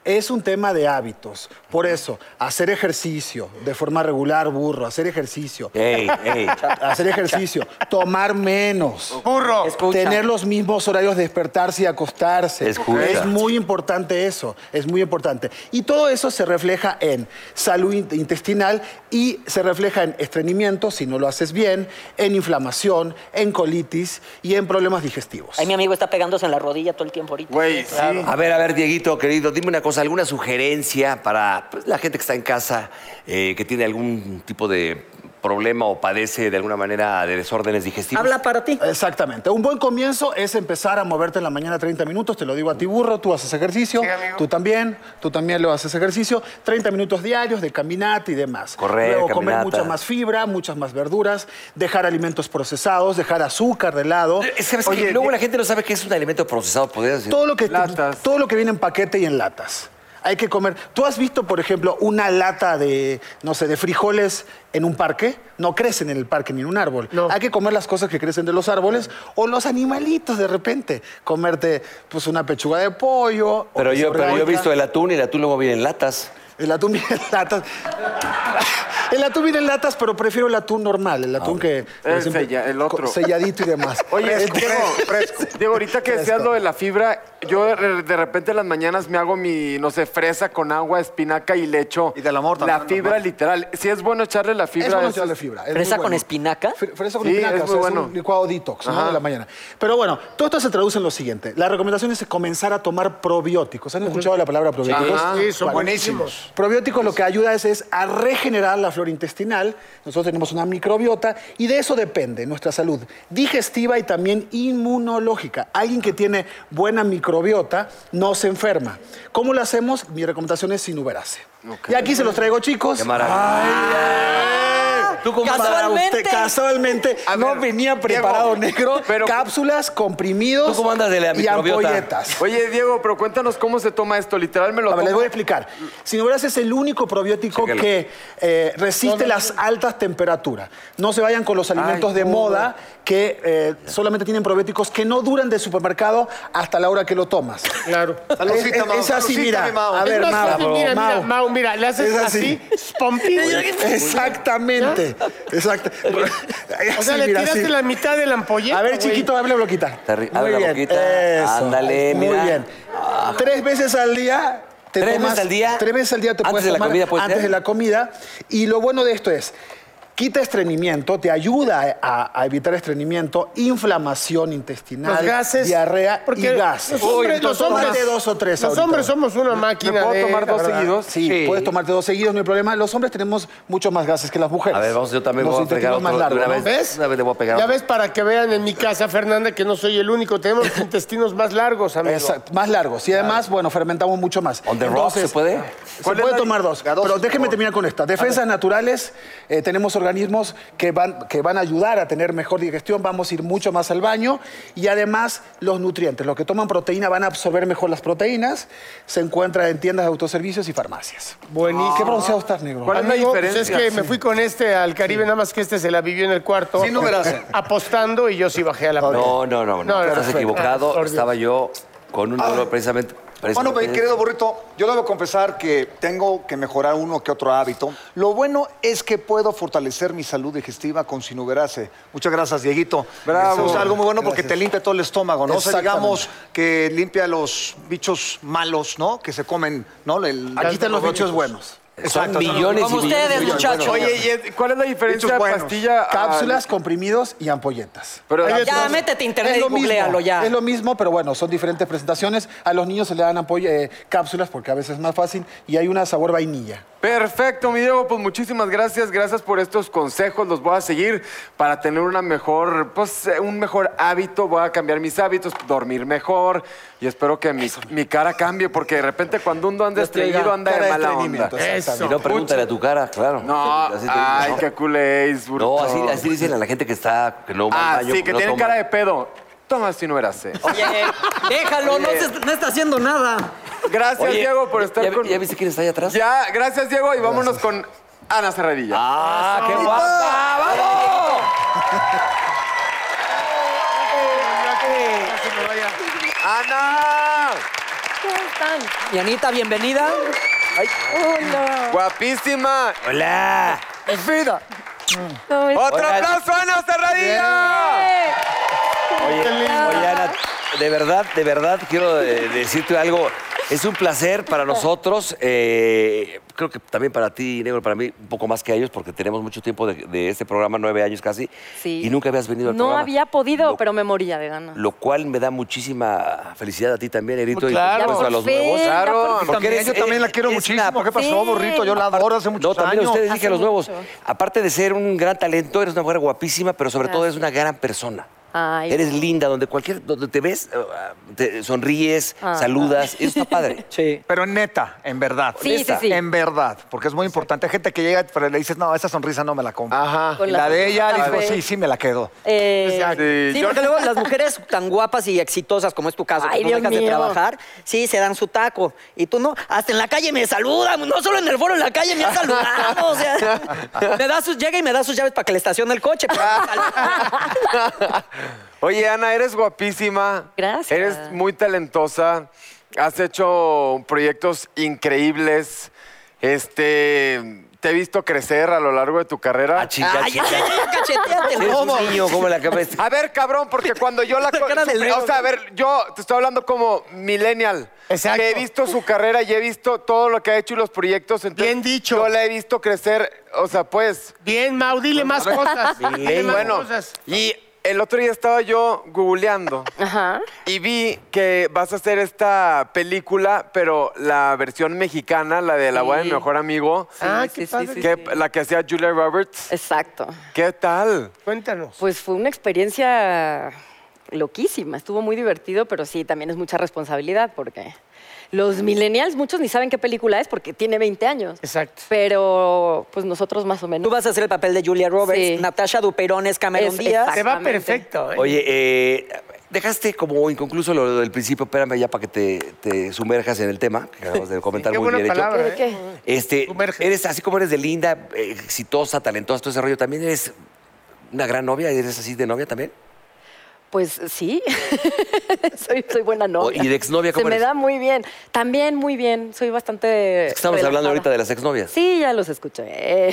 Speaker 8: Es un tema de hábitos. Por eso, hacer ejercicio de forma regular, burro, hacer ejercicio,
Speaker 5: Ey, ey.
Speaker 8: hacer ejercicio, tomar menos.
Speaker 3: Burro.
Speaker 6: Escucha.
Speaker 8: Tener los mismos horarios de despertarse y acostarse.
Speaker 5: Escucha.
Speaker 8: Es muy importante eso, es muy importante. Y todo eso se refleja en salud in- intestinal y se refleja en estreñimiento, si no lo haces bien, en inflamación, en colitis y en problemas digestivos.
Speaker 6: Ahí mi amigo está pegándose en la rodilla todo el tiempo ahorita.
Speaker 7: Güey, sí.
Speaker 5: A ver, a ver, Dieguito, querido, dime una cosa, ¿alguna sugerencia para pues, la gente que está en casa, eh, que tiene algún tipo de problema o padece de alguna manera de desórdenes digestivos.
Speaker 6: Habla para ti.
Speaker 8: Exactamente. Un buen comienzo es empezar a moverte en la mañana 30 minutos. Te lo digo a ti, burro. Tú haces ejercicio.
Speaker 3: Sí, amigo.
Speaker 8: tú también. Tú también lo haces ejercicio. 30 minutos diarios de caminata y demás.
Speaker 5: Correr,
Speaker 8: Luego comer
Speaker 5: caminata.
Speaker 8: mucha más fibra, muchas más verduras. Dejar alimentos procesados. Dejar azúcar de lado.
Speaker 5: Eh, ¿sabes
Speaker 8: Oye,
Speaker 5: qué? Luego la gente no sabe que es un alimento procesado. ¿Podrías decir?
Speaker 8: todo lo que
Speaker 7: Latas.
Speaker 8: todo lo que viene en paquete y en latas. Hay que comer. ¿Tú has visto, por ejemplo, una lata de, no sé, de frijoles en un parque? No crecen en el parque ni en un árbol.
Speaker 3: No.
Speaker 8: Hay que comer las cosas que crecen de los árboles o los animalitos de repente. Comerte, pues, una pechuga de pollo. o
Speaker 5: Pero
Speaker 8: queso
Speaker 5: yo, pero yo he
Speaker 8: orgánica.
Speaker 5: visto el atún y el atún luego viene en latas.
Speaker 8: El atún viene en latas. El atún viene en latas, pero prefiero el atún normal, el atún que...
Speaker 7: Ah, El sella- el otro.
Speaker 8: Selladito y demás.
Speaker 7: Oye,
Speaker 8: El-
Speaker 7: Diego, (laughs) Diego, ahorita que decías
Speaker 8: Fresco.
Speaker 7: lo de la fibra, yo de de repente en las mañanas me hago mi, no sé, fresa con agua, espinaca y le echo
Speaker 4: Y del amor
Speaker 7: la
Speaker 4: también,
Speaker 7: fibra
Speaker 4: normal.
Speaker 7: literal. Sí es bueno echarle la fibra.
Speaker 8: Es bueno
Speaker 7: a esos-
Speaker 8: echarle fibra. es muy
Speaker 6: ¿Fresa con
Speaker 8: bueno.
Speaker 6: espinaca?
Speaker 8: Fre- Fresa con
Speaker 7: Sí,
Speaker 8: espinaca,
Speaker 7: es
Speaker 8: o sea,
Speaker 7: muy
Speaker 8: es
Speaker 7: bueno.
Speaker 8: un licuado detox, ¿no?
Speaker 7: Ajá.
Speaker 8: De la mañana. Pero bueno, todo esto se traduce en lo siguiente. La recomendación es comenzar a tomar probióticos. ¿Han escuchado la palabra probióticos?
Speaker 7: Ajá.
Speaker 3: Sí, son
Speaker 8: Vale.
Speaker 3: buenísimos.
Speaker 8: Probióticos lo que ayuda es, es a regenerar la flora intestinal. Nosotros tenemos una microbiota y de eso depende nuestra salud digestiva y también inmunológica. Alguien que tiene buena microbiota no se enferma. ¿Cómo lo hacemos? Mi recomendación es sinuberase. Y aquí se los traigo, chicos.
Speaker 5: Qué maravilla.
Speaker 6: ¿Tú Casualmente.
Speaker 8: Usted, casualmente, no venía preparado negro.
Speaker 7: pero-
Speaker 8: cápsulas, comprimidos
Speaker 5: ¿Tú cómo andas de la
Speaker 8: y
Speaker 5: microbiota?
Speaker 8: ampolletas.
Speaker 7: Oye, Diego, pero cuéntanos cómo se toma esto. Literal me lo
Speaker 8: A ver, les
Speaker 7: tomo.
Speaker 8: voy a explicar. Sinuberase es el único probiótico
Speaker 5: Chéquelo.
Speaker 8: que eh, resiste las altas temperaturas. No se vayan con los alimentos de moda que eh, solamente tienen probióticos que no duran de supermercado hasta la hora que lo tomas.
Speaker 3: Claro.
Speaker 8: Es,
Speaker 4: Saludcita,
Speaker 8: es-
Speaker 4: Mau.
Speaker 8: es así,
Speaker 4: Saludcita,
Speaker 8: mira.
Speaker 4: mi Mau.
Speaker 8: A
Speaker 3: Es
Speaker 8: ver,
Speaker 3: más
Speaker 8: Mau.
Speaker 3: fácil, mira, mira, Mau, mira, le haces
Speaker 8: Es
Speaker 3: así,
Speaker 8: así.
Speaker 3: pompín.
Speaker 8: Exactamente. Exacto. (laughs)
Speaker 3: O sea,
Speaker 8: Así,
Speaker 3: le
Speaker 8: mira,
Speaker 3: tiraste
Speaker 8: así.
Speaker 3: la mitad de la ampolleta,
Speaker 8: A ver,
Speaker 3: güey.
Speaker 8: chiquito, abre bloquita.
Speaker 5: Está ri- abre la boquita. Ándale,
Speaker 8: Muy
Speaker 5: mira.
Speaker 8: bien. Tres veces al día. Te
Speaker 5: ¿Tres
Speaker 8: tomas-
Speaker 5: veces al día?
Speaker 8: Tres veces al día te
Speaker 5: Antes
Speaker 8: puedes
Speaker 5: de la
Speaker 8: tomar
Speaker 5: comida, ¿puede
Speaker 8: antes
Speaker 5: ser?
Speaker 8: de la comida. Y lo bueno de esto es, quita estreñimiento, te ayuda a, a evitar estreñimiento, inflamación intestinal,
Speaker 3: Los gases.
Speaker 8: diarrea
Speaker 3: porque
Speaker 8: y gases.
Speaker 3: Los hombres, los hombres-
Speaker 8: Tómate dos o tres
Speaker 3: Los
Speaker 8: ahorita.
Speaker 3: hombres somos una máquina.
Speaker 7: puedo
Speaker 3: de-
Speaker 7: tomar
Speaker 3: la
Speaker 7: dos
Speaker 3: verdad.
Speaker 7: seguidos?
Speaker 8: Sí,
Speaker 4: Sí.
Speaker 8: puedes tomarte dos seguidos, no hay problema. Los hombres tenemos mucho más gases que las mujeres.
Speaker 5: A ver, vamos, yo también
Speaker 8: Los
Speaker 5: voy a pegar
Speaker 8: intestinos más
Speaker 5: otro de
Speaker 8: largos,
Speaker 5: una
Speaker 8: ¿no?
Speaker 5: vez.
Speaker 3: ¿Ves?
Speaker 5: Una vez le voy a pegar
Speaker 3: Ya
Speaker 5: otro.
Speaker 3: ves para que vean en mi casa, Fernanda, que no soy el único. Tenemos los intestinos más largos, amigo.
Speaker 8: Exacto, más largos. Y además, bueno, fermentamos mucho más.
Speaker 5: On the rock, ¿se puede?
Speaker 8: Se
Speaker 7: ¿Cuál es
Speaker 8: puede
Speaker 7: la-
Speaker 8: tomar dos.
Speaker 4: la dos,
Speaker 8: pero
Speaker 4: por
Speaker 8: déjeme
Speaker 4: favor.
Speaker 8: terminar con esta. Defensas naturales, eh, tenemos organismos que van, que van a ayudar a tener mejor digestión, vamos a ir mucho más al baño. Y además, los nutrientes. Los que toman proteína van a absorber mejor las proteínas. Se encuentra en tiendas de autoservicios y farmacias. Buenísimo. ¿Qué pronunciado estás, negro?
Speaker 7: ¿Cuál es la
Speaker 3: Amigo, pues es
Speaker 7: diferencia?
Speaker 3: que me fui con este al Caribe, nada más que este se la vivió en el cuarto.
Speaker 4: Sí, no verás.
Speaker 3: Apostando y yo sí bajé a la
Speaker 5: No, no, no, no,
Speaker 3: No, no,
Speaker 5: estás
Speaker 3: perfecto. Ah,
Speaker 5: equivocado.
Speaker 3: por Dios.
Speaker 5: Estaba yo con un dolor precisamente.
Speaker 4: Bueno, mi
Speaker 5: precisamente-
Speaker 4: querido burrito, yo debo confesar que tengo que mejorar uno que otro hábito. Lo bueno es que puedo fortalecer mi salud digestiva con sinuberase. Muchas gracias, Dieguito.
Speaker 7: Bravo.
Speaker 4: Eso es algo muy bueno porque
Speaker 8: Gracias.
Speaker 4: te limpia todo el estómago, ¿no? O sea,
Speaker 8: Exactamente.
Speaker 4: digamos que limpia los bichos malos, ¿no? Que se comen, ¿no? El-
Speaker 8: Aquí están los bichos buenos.
Speaker 5: Son
Speaker 4: Exacto.
Speaker 5: millones
Speaker 6: Como
Speaker 5: y millones.
Speaker 6: ustedes,
Speaker 5: de-
Speaker 6: muchachos.
Speaker 7: Oye, ¿y es- ¿cuál es la diferencia de
Speaker 4: Hechos buenos.
Speaker 7: pastilla? a-
Speaker 8: Cápsulas, comprimidos y ampolletas.
Speaker 7: Pero
Speaker 3: Ahí
Speaker 6: Ya,
Speaker 3: Entonces,
Speaker 6: métete a internet
Speaker 8: es
Speaker 6: y
Speaker 8: lo
Speaker 6: googlealo
Speaker 8: mismo,
Speaker 6: ya.
Speaker 8: Es lo mismo, pero bueno, son diferentes presentaciones. A los niños se le dan apoyo, eh, cápsulas porque a veces es más fácil y hay una sabor vainilla.
Speaker 7: Perfecto, mi Diego, pues muchísimas gracias, gracias por estos consejos, los voy a seguir para tener una mejor, pues eh, un mejor hábito, voy a cambiar mis hábitos, dormir mejor y espero que mi, mi cara cambie porque de repente cuando uno anda estreñido anda
Speaker 8: Cara
Speaker 7: de
Speaker 8: de
Speaker 7: mala onda.
Speaker 8: estreñimiento,
Speaker 5: Si
Speaker 8: exactamente.
Speaker 5: no, pregúntale a tu cara, claro.
Speaker 7: No,
Speaker 5: Así te digo,
Speaker 7: ay,
Speaker 5: ¿no?
Speaker 7: qué culéis,
Speaker 5: No, así, así dicen a la gente que está, que no va al
Speaker 7: Ah,
Speaker 5: baño,
Speaker 7: sí, que
Speaker 5: no
Speaker 7: tienen
Speaker 5: toma.
Speaker 7: cara de pedo. Toma si no verás.
Speaker 6: Oye, déjalo, no, se- no está haciendo nada.
Speaker 7: Gracias,
Speaker 5: Oye,
Speaker 7: Diego, por estar
Speaker 5: ¿ya,
Speaker 7: con...
Speaker 5: ¿Ya viste quién está ahí atrás?
Speaker 7: Ya, gracias, Diego, y vámonos con Ana Cerradilla. Ah,
Speaker 5: ¡Ah, qué guapa! ¡Vamos!
Speaker 7: ¡Ana!
Speaker 6: Y Anita, bienvenida. Ay, hola.
Speaker 7: Guapísima.
Speaker 5: ¡Hola!
Speaker 7: ¡Otro
Speaker 5: Oigan.
Speaker 7: aplauso, Ana Cerradilla!
Speaker 5: Oye, oye, Ana, de verdad, de verdad quiero eh, decirte algo. Es un placer para nosotros eh, creo que también para ti, Negro, para mí, un poco más que a ellos, porque tenemos mucho tiempo de, de este programa, nueve años casi,
Speaker 9: Sí.
Speaker 5: y nunca habías venido al
Speaker 9: No
Speaker 5: programa.
Speaker 9: había podido,
Speaker 5: Lo-
Speaker 9: pero me moría de ganas.
Speaker 5: Lo cual me da muchísima felicidad a ti también, Erito,
Speaker 3: Claro.
Speaker 5: y por supuesto,
Speaker 9: Ya
Speaker 5: a los
Speaker 9: por fin,
Speaker 5: nuevos.
Speaker 9: ya
Speaker 7: Claro,
Speaker 9: por fin.
Speaker 5: Porque
Speaker 4: También,
Speaker 5: eres-
Speaker 4: yo también la
Speaker 5: eres-
Speaker 4: quiero
Speaker 5: eres
Speaker 4: muchísimo.
Speaker 5: una-
Speaker 4: ¿Qué pasó,
Speaker 9: Sí.
Speaker 4: Borrito? Yo la adoro hace
Speaker 5: No,
Speaker 4: muchos
Speaker 5: también
Speaker 4: años.
Speaker 5: a ustedes dije a los
Speaker 9: Hace
Speaker 5: nuevos.
Speaker 9: mucho.
Speaker 5: Aparte de ser un gran talento, eres una mujer guapísima, pero sobre todo eres una gran persona.
Speaker 9: Ay.
Speaker 5: Eres linda, donde cualquier, donde te ves, eh, te sonríes,
Speaker 9: Ah.
Speaker 5: saludas. Eso está
Speaker 9: (laughs)
Speaker 5: padre.
Speaker 6: Sí.
Speaker 4: Pero neta, en verdad.
Speaker 9: Sí, sí, sí.
Speaker 4: En verdad, porque es muy importante. Hay gente que llega pero le dices, no, esa sonrisa no me la compro.
Speaker 7: Ajá.
Speaker 9: Con
Speaker 4: Y la
Speaker 9: la
Speaker 4: de ella,
Speaker 9: sonrisa
Speaker 4: digo,
Speaker 9: café.
Speaker 4: sí, sí me la quedo.
Speaker 9: Eh,
Speaker 6: Sí, porque luego las mujeres tan guapas y exitosas como es tu caso,
Speaker 9: Ay,
Speaker 6: que no
Speaker 9: Dios
Speaker 6: dejas de
Speaker 9: mío.
Speaker 6: trabajar, sí, se dan su taco. Y tú no, hasta en la calle me saludan, no solo en el foro, en la calle me han saludado.
Speaker 9: (laughs)
Speaker 6: O sea, me da sus, llega y me da sus llaves para que le estacione el coche. pero
Speaker 9: Ah.
Speaker 6: me saluda.
Speaker 7: Oye, Ana, eres guapísima.
Speaker 9: Gracias.
Speaker 7: Eres muy talentosa. Has hecho proyectos increíbles. Este, te he visto crecer a lo largo de tu carrera.
Speaker 5: Ah, chica,
Speaker 6: Ay, ya,
Speaker 5: chica.
Speaker 6: ya, ya, cacheteate.
Speaker 5: Eres un niño, ¿cómo la
Speaker 7: (laughs)
Speaker 5: cabeza?
Speaker 7: A ver, cabrón, porque cuando yo la...
Speaker 6: La cara del Leo.
Speaker 7: o sea, a ver, yo te estoy hablando como millennial.
Speaker 3: Exacto.
Speaker 7: Que he visto su carrera y he visto todo lo que ha hecho y los proyectos. entonces
Speaker 3: Bien dicho.
Speaker 7: Yo la he visto crecer, o sea, pues...
Speaker 3: Bien, Mau, dile más cosas. Dile más
Speaker 7: bueno,
Speaker 3: cosas.
Speaker 7: y el otro día estaba yo googleando
Speaker 9: Ajá.
Speaker 7: y vi que vas a hacer esta película, pero la versión mexicana, la de La boda de mi
Speaker 9: Sí.
Speaker 7: mejor amigo,
Speaker 3: Ah, qué padre.
Speaker 7: que, la que hacía Julia Roberts.
Speaker 9: Exacto.
Speaker 7: ¿Qué tal?
Speaker 3: Cuéntanos.
Speaker 9: Pues fue una experiencia loquísima. Estuvo muy divertido, pero sí, también es mucha responsabilidad porque los millennials, muchos ni saben qué película es porque tiene 20 años.
Speaker 3: Exacto.
Speaker 9: Pero pues nosotros más o
Speaker 6: Tú
Speaker 9: menos.
Speaker 6: vas a hacer el papel de Julia Roberts,
Speaker 9: Sí.
Speaker 6: Natasha Duperón es Cameron
Speaker 9: Es-
Speaker 6: Díaz.
Speaker 3: Te va
Speaker 9: exactamente.
Speaker 3: perfecto. ¿eh?
Speaker 5: Oye, eh, dejaste como inconcluso lo del principio. Espérame ya para que te, te sumerjas en el tema, que acabas de comentar
Speaker 3: Qué
Speaker 5: muy
Speaker 3: buena
Speaker 5: bien hecho.
Speaker 3: palabra.
Speaker 9: ¿Qué,
Speaker 3: ¿eh?
Speaker 9: qué?
Speaker 5: Este,
Speaker 3: Sumérgete.
Speaker 5: eres así como eres de linda, eh, exitosa, talentosa, todo ese rollo. También eres una gran novia, eres así de novia también.
Speaker 9: Pues sí, (laughs) soy, soy buena novia.
Speaker 5: ¿Y de exnovia cómo
Speaker 9: Se me
Speaker 5: eres?
Speaker 9: da muy bien. También muy bien. Soy bastante.
Speaker 5: Es que estamos hablando ahorita de las exnovias.
Speaker 9: Sí, ya los escuché.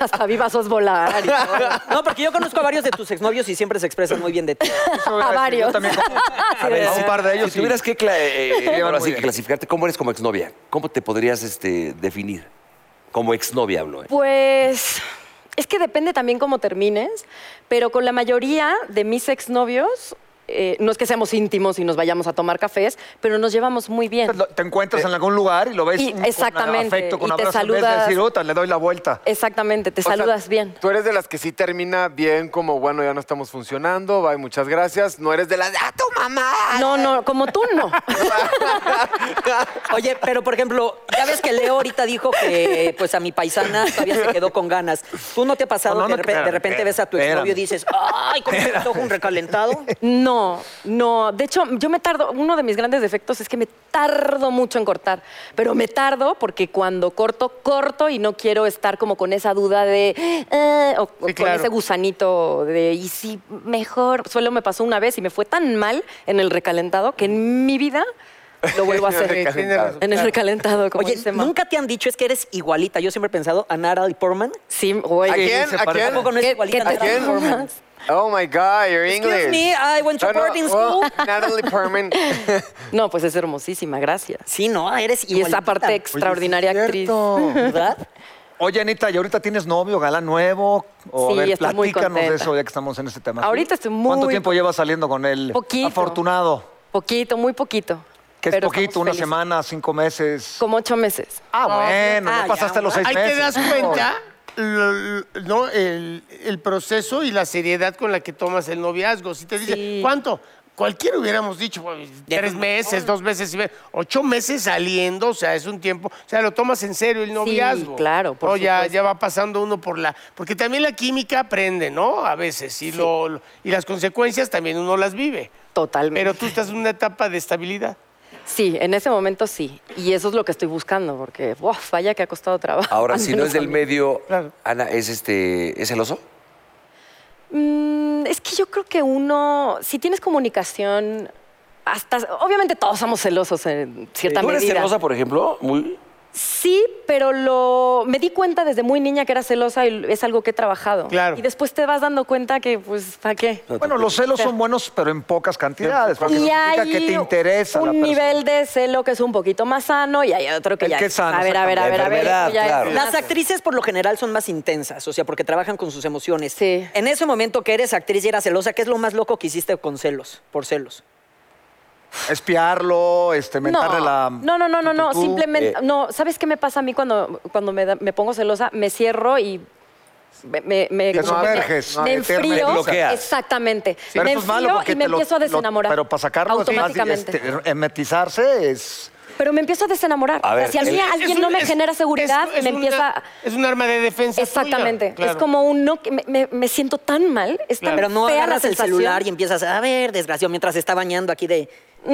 Speaker 9: Hasta vi vasos volar y todo.
Speaker 6: No, porque yo conozco a varios de tus exnovios y siempre se expresan muy bien de ti.
Speaker 9: A varios. (laughs)
Speaker 5: A, ver,
Speaker 4: A un
Speaker 5: si-
Speaker 4: par Ah, de ellos,
Speaker 5: Si tuvieras que, cla-
Speaker 4: (laughs)
Speaker 5: eh, eh, ahora
Speaker 4: muy
Speaker 5: sí que
Speaker 4: bien.
Speaker 5: clasificarte, ¿cómo eres como exnovia? ¿Cómo te podrías este, definir? Como exnovia hablo. eh.
Speaker 9: Pues es que depende también cómo termines, pero con la mayoría de mis exnovios, eh, no es que seamos íntimos y nos vayamos a tomar cafés, pero nos llevamos muy bien.
Speaker 4: Lo- Te encuentras en algún lugar y lo ves
Speaker 9: Eh, Y-
Speaker 4: con
Speaker 9: exactamente,
Speaker 4: afecto, con
Speaker 9: y te
Speaker 4: abrazo, en vez de
Speaker 9: saludas.
Speaker 4: decir, "Ota, le doy la vuelta.
Speaker 9: Exactamente, te
Speaker 7: O sea,
Speaker 9: saludas bien.
Speaker 7: Tú eres de las que sí termina bien, como bueno, ya no estamos funcionando, bye, muchas gracias. No eres de las de ¡Ah, tu mamá!
Speaker 9: No, no, como tú no.
Speaker 6: (laughs) Oye, pero por ejemplo, ya ves que Leo ahorita dijo que pues a mi paisana todavía se quedó con ganas. ¿Tú no te ha pasado
Speaker 4: No,
Speaker 6: que de
Speaker 4: no, no,
Speaker 6: repente, de
Speaker 4: espérame,
Speaker 6: repente ves a tu exnovio y
Speaker 4: espérame.
Speaker 6: dices, ay, cómo me antojo un recalentado?
Speaker 9: (laughs) No, no. De hecho, yo me tardo. Uno de mis grandes defectos es que me tardo mucho en cortar. Pero me tardo porque cuando corto, corto y no quiero estar como con esa duda de. "Eh", o o con
Speaker 3: claro.
Speaker 9: ese gusanito de. Y si mejor. Solo me pasó una vez y me fue tan mal en el recalentado que en mi vida lo vuelvo a
Speaker 8: (laughs)
Speaker 9: hacer.
Speaker 3: Sí, tienes razón.
Speaker 9: en el recalentado, como
Speaker 6: Oye,
Speaker 9: dice Mau.
Speaker 6: nunca te han dicho es que eres igualita. Yo siempre he pensado a Natalie Portman.
Speaker 9: Sí, güey.
Speaker 7: ¿A quién? ¿A quién?
Speaker 6: Tampoco no es
Speaker 9: ¿Qué-
Speaker 6: igualita.
Speaker 9: qué
Speaker 6: a Natalie
Speaker 7: tal?
Speaker 6: Portman.
Speaker 7: Oh my God, you're
Speaker 6: Excuse
Speaker 7: English.
Speaker 6: me, I went to
Speaker 7: No, no,
Speaker 6: boarding
Speaker 7: oh,
Speaker 6: school. (laughs)
Speaker 7: Natalie Portman.
Speaker 9: No, pues es hermosísima, gracias.
Speaker 6: Sí, no, eres
Speaker 9: Y
Speaker 6: igualita.
Speaker 9: esa parte extraordinaria actriz. (laughs)
Speaker 6: ¿Verdad?
Speaker 4: Oye, Anita, ¿y ahorita tienes novio, gala nuevo? O,
Speaker 9: Sí,
Speaker 4: a ver,
Speaker 9: estoy muy
Speaker 4: platícanos de
Speaker 9: contenta.
Speaker 4: eso ya que estamos en este tema.
Speaker 9: Ahorita estoy muy
Speaker 4: ¿Cuánto tiempo llevas saliendo con él?
Speaker 9: Poquito.
Speaker 4: Afortunado.
Speaker 9: Poquito, muy poquito.
Speaker 4: Que es
Speaker 9: Pero
Speaker 4: poquito,
Speaker 9: estamos
Speaker 4: una
Speaker 9: felices.
Speaker 4: semana, cinco meses.
Speaker 9: Como ocho meses.
Speaker 4: Ah, bueno,
Speaker 6: ah,
Speaker 4: no pasaste
Speaker 6: ya,
Speaker 4: los seis
Speaker 3: Ahí
Speaker 4: meses.
Speaker 3: te das cuenta lo- lo- ¿no? el, el proceso y la seriedad con la que tomas el noviazgo. Si te dice,
Speaker 9: Sí.
Speaker 3: ¿cuánto? Cualquiera hubiéramos dicho, pues,
Speaker 6: Ya
Speaker 3: tres
Speaker 6: no-
Speaker 3: meses, dos meses, y ve- ocho meses saliendo, o sea, es un tiempo, o sea, lo tomas en serio el noviazgo.
Speaker 9: claro, por
Speaker 3: No, ya,
Speaker 9: supuesto.
Speaker 3: ya va pasando uno por la... Porque también la química aprende, ¿no? A veces, y, lo- lo- y las consecuencias también uno las vive.
Speaker 9: Totalmente.
Speaker 3: Pero tú estás en una etapa de estabilidad.
Speaker 9: Sí, en ese momento sí. Y eso es lo que estoy buscando, porque uf, vaya que ha costado trabajo.
Speaker 5: Ahora,
Speaker 9: Al
Speaker 5: si no
Speaker 9: menos
Speaker 5: es
Speaker 9: a
Speaker 5: del
Speaker 9: mí.
Speaker 5: medio,
Speaker 3: Claro.
Speaker 5: Ana, ¿es este es el oso?
Speaker 9: Mm, es que yo creo que uno, si tienes comunicación, hasta, obviamente todos somos celosos en cierta
Speaker 5: ¿Tú eres
Speaker 9: medida.
Speaker 5: celosa, por ejemplo? Muy.
Speaker 9: Sí, pero lo me di cuenta desde muy niña que era celosa y es algo que he trabajado.
Speaker 3: Claro.
Speaker 9: Y después te vas dando cuenta que, pues, ¿para qué?
Speaker 4: Bueno, los celos son buenos, pero en pocas cantidades, porque
Speaker 9: Y
Speaker 4: significa
Speaker 9: hay
Speaker 4: que te interesa
Speaker 9: un
Speaker 4: la persona.
Speaker 9: nivel de celo que es un poquito más sano y hay otro que
Speaker 4: El
Speaker 9: ya
Speaker 4: que
Speaker 9: es-
Speaker 4: es sano,
Speaker 9: a ver, a ver, a ver, a ver.
Speaker 5: Enfermedad,
Speaker 9: esto ya es
Speaker 5: claro.
Speaker 9: más-
Speaker 6: Las actrices por lo general son más intensas, o sea, porque trabajan con sus emociones.
Speaker 9: Sí.
Speaker 6: En ese momento que eres actriz y eras celosa, ¿qué es lo más loco que hiciste con celos? Por celos.
Speaker 4: Espiarlo, este, mentarle la.
Speaker 9: no, no, no, no, no,
Speaker 4: actitud.
Speaker 9: simplemente,
Speaker 5: eh.
Speaker 9: no, ¿sabes qué me pasa a mí cuando, cuando me, da- me pongo celosa? Me cierro y me, me, me-
Speaker 4: Te
Speaker 9: como que me-
Speaker 4: sumerges,
Speaker 9: me
Speaker 4: te
Speaker 9: enfrío,
Speaker 5: bloqueas.
Speaker 9: exactamente,
Speaker 4: Pero
Speaker 9: me
Speaker 4: eso es malo
Speaker 9: enfrío
Speaker 4: porque
Speaker 9: y me
Speaker 4: te lo-
Speaker 9: empiezo a
Speaker 4: lo-
Speaker 9: desenamorar,
Speaker 4: pero para sacarlo es más-
Speaker 9: automáticamente,
Speaker 4: este, hermetizarse es.
Speaker 9: pero me empiezo a desenamorar,
Speaker 5: A ver, eh,
Speaker 9: si a mí
Speaker 5: el-
Speaker 9: alguien
Speaker 3: Es un-
Speaker 9: no me
Speaker 3: es-
Speaker 9: genera seguridad,
Speaker 3: es- es
Speaker 9: me
Speaker 3: una-
Speaker 9: empieza,
Speaker 3: Es un arma de defensa. tuya.
Speaker 9: exactamente, es
Speaker 3: Claro.
Speaker 9: como un no, que me, me- me siento tan mal, es tan
Speaker 6: Pero no
Speaker 9: fea la
Speaker 6: agarras el
Speaker 9: sensación.
Speaker 6: celular y empiezas a ver, desgraciado, mientras está bañando aquí de.
Speaker 9: no,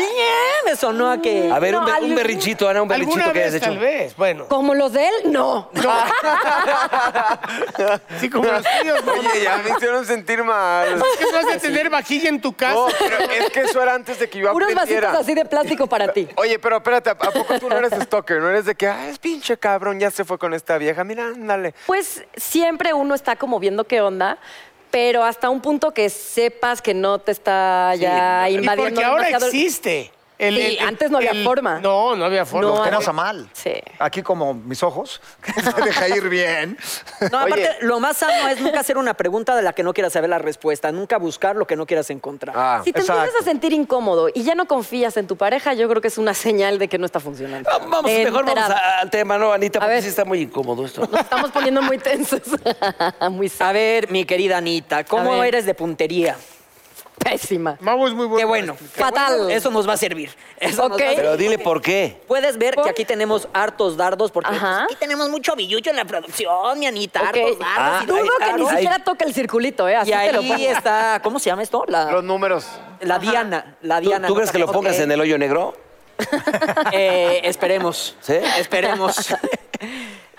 Speaker 9: ya-
Speaker 6: eh, me sonó a que.
Speaker 5: A ver,
Speaker 9: No,
Speaker 5: un, be- un
Speaker 9: algo-
Speaker 5: berrinchito, Ana, un berrinchito
Speaker 3: Alguna
Speaker 5: que hayas
Speaker 3: vez,
Speaker 5: hecho.
Speaker 3: tal vez. Bueno,
Speaker 9: como los de él, no,
Speaker 3: sí, como
Speaker 7: (laughs)
Speaker 3: los tuyos. ¿no?
Speaker 7: Oye, ya me hicieron sentir
Speaker 9: (laughs)
Speaker 7: mal.
Speaker 3: ¿Qué no has de tener vajilla en tu casa?
Speaker 9: Oh.
Speaker 7: No, pero es que eso era antes de que yo
Speaker 9: unos vasitos
Speaker 7: aprendiera.
Speaker 9: así de plástico para ti.
Speaker 7: Oye, pero espérate, ¿a a poco tú no eres stalker? ¿No eres de que, ah, es pinche cabrón, ya se fue con esta vieja? Mira, ándale.
Speaker 9: Pues siempre uno está como viendo qué onda, pero hasta un punto que sepas que no te está ya
Speaker 3: Y
Speaker 9: invadiendo.
Speaker 3: porque ahora
Speaker 9: demasiado-
Speaker 3: existe.
Speaker 9: Sí, antes no había forma.
Speaker 3: No, no había
Speaker 9: No,
Speaker 3: forma.
Speaker 4: Lo tomas
Speaker 9: había-
Speaker 4: a mal.
Speaker 9: Sí.
Speaker 4: Aquí como mis ojos, (laughs) que se deja ir bien.
Speaker 6: No, aparte,
Speaker 7: Oye.
Speaker 6: lo más sano es nunca hacer una pregunta de la que no quieras saber la respuesta, nunca buscar lo que no quieras encontrar.
Speaker 7: Ah,
Speaker 9: Si te empiezas a sentir incómodo y ya no confías en tu pareja, yo creo que es una señal de que no está funcionando.
Speaker 5: Ah, Vamos,
Speaker 9: De
Speaker 5: mejor vamos
Speaker 9: enterada.
Speaker 5: a- al tema, ¿no,
Speaker 9: A
Speaker 5: Anita? Porque
Speaker 9: ver.
Speaker 5: sí está muy incómodo esto.
Speaker 9: Nos estamos poniendo muy tensos. (laughs) muy
Speaker 6: A ver, mi querida Anita,
Speaker 9: A
Speaker 6: ¿cómo
Speaker 9: ver.
Speaker 6: eres de puntería?
Speaker 9: pésima.
Speaker 3: Mau es muy bueno.
Speaker 6: Qué bueno.
Speaker 9: Fatal.
Speaker 6: Eso nos va a servir. Eso
Speaker 9: Ok.
Speaker 6: nos va a servir.
Speaker 5: Pero dile por qué.
Speaker 6: Puedes ver
Speaker 9: ¿Por?
Speaker 6: que aquí tenemos hartos dardos, porque
Speaker 9: Ajá.
Speaker 6: pues, aquí tenemos mucho billucho en la producción, mi Anita,
Speaker 9: Ok.
Speaker 6: hartos dardos.
Speaker 5: Ah,
Speaker 6: y
Speaker 9: Dudo
Speaker 5: ahí-
Speaker 9: que
Speaker 5: ahí-
Speaker 9: ni
Speaker 5: ahí-
Speaker 9: siquiera toca el circulito, ¿eh? Así
Speaker 6: Y
Speaker 9: te lo
Speaker 6: ahí
Speaker 9: pongo.
Speaker 6: está, ¿cómo se llama esto?
Speaker 7: Los
Speaker 6: La,
Speaker 7: números.
Speaker 6: la Diana. La
Speaker 5: ¿Tú,
Speaker 6: Diana.
Speaker 5: tú
Speaker 6: ¿no?
Speaker 5: crees que lo
Speaker 6: Ok.
Speaker 5: pongas
Speaker 6: (laughs)
Speaker 5: en el hoyo negro?
Speaker 6: Eh, esperemos.
Speaker 5: ¿Sí?
Speaker 6: Esperemos. (laughs)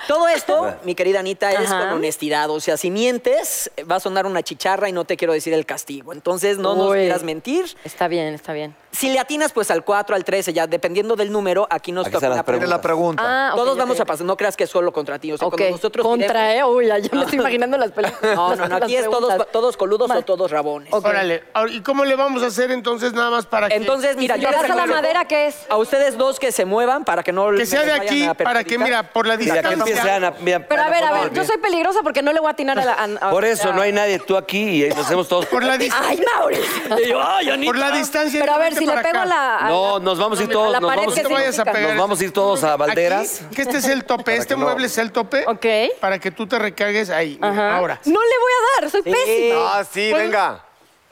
Speaker 6: Todo esto, mi querida Anita, es
Speaker 9: Ajá.
Speaker 6: con honestidad. O sea, si mientes, va a sonar una chicharra y no te quiero decir el castigo. Entonces, no nos
Speaker 9: Uy.
Speaker 6: quieras mentir.
Speaker 9: Está bien, está bien.
Speaker 6: Si le atinas, pues al 4, al 13, ya dependiendo del número, aquí nos
Speaker 5: Aquí
Speaker 6: toca
Speaker 5: están
Speaker 6: una
Speaker 5: las preguntas.
Speaker 4: Tiene la pregunta.
Speaker 9: Ah, ok,
Speaker 6: Todos
Speaker 9: ok,
Speaker 6: vamos a
Speaker 9: ok.
Speaker 6: pasar. No creas que es solo contra ti. O sea,
Speaker 9: Ok,
Speaker 6: cuando nosotros
Speaker 9: Contra,
Speaker 6: tiremos-
Speaker 9: ¿eh? Uy, ya, ya me estoy
Speaker 6: (laughs)
Speaker 9: imaginando las películas.
Speaker 6: No, no, no.
Speaker 9: las
Speaker 6: Aquí es todos,
Speaker 9: preguntas.
Speaker 6: todos coludos
Speaker 9: Mal.
Speaker 6: o todos rabones.
Speaker 9: Ok.
Speaker 3: Órale. ahora, ¿Y cómo le vamos a hacer entonces nada más para que...
Speaker 6: Entonces, mira,
Speaker 9: si
Speaker 6: yo
Speaker 9: le
Speaker 6: les
Speaker 9: das a la
Speaker 6: aconsejo
Speaker 9: madera, ¿qué es?
Speaker 6: A ustedes dos que se muevan para que no
Speaker 3: Que
Speaker 6: les
Speaker 3: sea de
Speaker 6: vayan
Speaker 3: aquí
Speaker 6: a
Speaker 3: para que,
Speaker 6: perjudicar.
Speaker 3: mira, por la
Speaker 5: Mira, que
Speaker 3: distancia...
Speaker 5: empiece Ana. mira,
Speaker 9: Pero a
Speaker 5: Ana,
Speaker 9: ver,
Speaker 5: por
Speaker 9: a ver,
Speaker 5: favor.
Speaker 9: yo soy peligrosa porque no le voy a atinar a la... a- a-
Speaker 5: Por eso
Speaker 9: a-
Speaker 5: no hay nadie tú aquí y nos hacemos todos.
Speaker 3: Por la,
Speaker 6: Ah,
Speaker 3: dis-
Speaker 9: ¡Ay, Mauricio!
Speaker 5: Y yo, ay, Anita.
Speaker 3: por la distancia...
Speaker 9: Pero a ver, si le
Speaker 3: para
Speaker 9: pego
Speaker 3: acá.
Speaker 9: a la... a
Speaker 5: No,
Speaker 9: la-
Speaker 5: nos vamos a ir
Speaker 9: a
Speaker 5: todos,
Speaker 9: la
Speaker 5: nos
Speaker 9: pared,
Speaker 5: vamos
Speaker 9: ¿qué
Speaker 5: a ir-
Speaker 3: No te vayas a
Speaker 9: significa?
Speaker 3: pegar.
Speaker 5: Nos vamos a ir todos a Valderas.
Speaker 3: Aquí, que este es el tope, este mueble es el tope.
Speaker 9: Ok.
Speaker 3: Para que tú te recargues ahí. mira,
Speaker 9: Ajá.
Speaker 3: Ahora.
Speaker 9: No le voy a dar, soy pésima.
Speaker 7: Ah, sí,
Speaker 3: Pues-
Speaker 7: venga.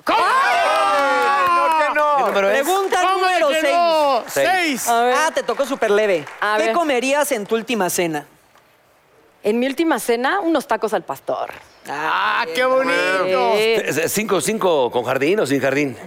Speaker 3: ¿Cómo?
Speaker 7: No, que
Speaker 5: ¿Qué
Speaker 7: no.
Speaker 5: número es?
Speaker 6: Pregunta
Speaker 3: ¿Cómo
Speaker 6: número
Speaker 3: que
Speaker 6: 6.
Speaker 3: no?
Speaker 5: Seis.
Speaker 3: Seis.
Speaker 9: A ver.
Speaker 6: Ah, te tocó súper leve.
Speaker 9: A
Speaker 6: ¿Qué
Speaker 9: ver.
Speaker 6: comerías en tu última cena?
Speaker 9: En mi última cena, unos tacos al pastor.
Speaker 3: Ah, qué bonito.
Speaker 9: Eh,
Speaker 5: Eh, Cinco, cinco con jardín o sin jardín.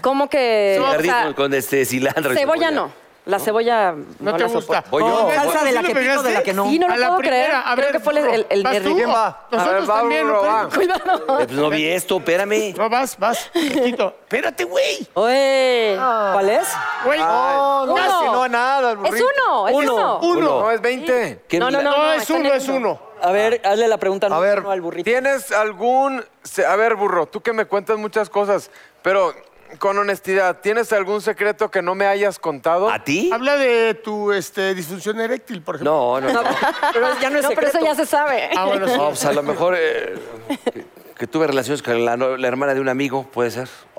Speaker 9: ¿Cómo que...?
Speaker 5: Sin
Speaker 9: Eh, o
Speaker 5: jardín
Speaker 9: sea,
Speaker 5: con, con este cilantro. y
Speaker 9: cebolla no. La cebolla
Speaker 3: No,
Speaker 9: la
Speaker 3: te
Speaker 9: soporto.
Speaker 3: gusta.
Speaker 5: Voy yo.
Speaker 3: No,
Speaker 6: Salsa de
Speaker 3: ¿sí
Speaker 6: la
Speaker 3: le
Speaker 6: que pico, de la
Speaker 3: pegaste?
Speaker 6: que no.
Speaker 9: Sí, no lo
Speaker 3: a la
Speaker 9: puedo
Speaker 3: primera,
Speaker 9: creer.
Speaker 3: a ver,
Speaker 9: Creo que fue el- el- el
Speaker 3: ¿vas
Speaker 9: de
Speaker 3: tú?
Speaker 9: Ricky.
Speaker 7: A
Speaker 3: Nosotros
Speaker 7: ver, va
Speaker 3: también,
Speaker 7: uno,
Speaker 3: ¿no?
Speaker 7: va.
Speaker 9: Cuidado.
Speaker 5: Eh, pues no vi esto, espérame.
Speaker 3: No, vas, vas, chiquito. Espérate, Este güey.
Speaker 9: Oye.
Speaker 6: ¿Cuál es?
Speaker 3: Güey.
Speaker 7: Ay,
Speaker 9: Uno.
Speaker 7: casi no a nada. el
Speaker 9: Es
Speaker 7: burrito.
Speaker 9: uno, es
Speaker 6: Uno.
Speaker 9: uno.
Speaker 7: No,
Speaker 3: Uno.
Speaker 7: es 20.
Speaker 5: ¿Qué
Speaker 9: No, no,
Speaker 5: milagro?
Speaker 9: no.
Speaker 3: No, es
Speaker 9: está en
Speaker 3: uno,
Speaker 9: el
Speaker 3: es
Speaker 9: uno.
Speaker 3: uno.
Speaker 6: A ver, hazle la pregunta
Speaker 7: A
Speaker 6: número
Speaker 7: ver,
Speaker 6: uno al burrito.
Speaker 7: ¿tienes algún... se- A ver, burro, tú que me cuentas muchas cosas, pero con honestidad, ¿tienes algún secreto que no me hayas contado?
Speaker 5: ¿A ti?
Speaker 3: Habla de tu este, disfunción eréctil, por
Speaker 5: No,
Speaker 3: ejemplo.
Speaker 5: no, no.
Speaker 6: Pero ya (laughs) no
Speaker 9: (laughs)
Speaker 6: es
Speaker 9: No, pero eso
Speaker 6: secreto.
Speaker 9: ya se sabe.
Speaker 3: Ah, bueno, sí.
Speaker 5: No, pues a lo mejor eh, que, que tuve relaciones con la, no- la hermana de un amigo, puede ser.
Speaker 3: Ah,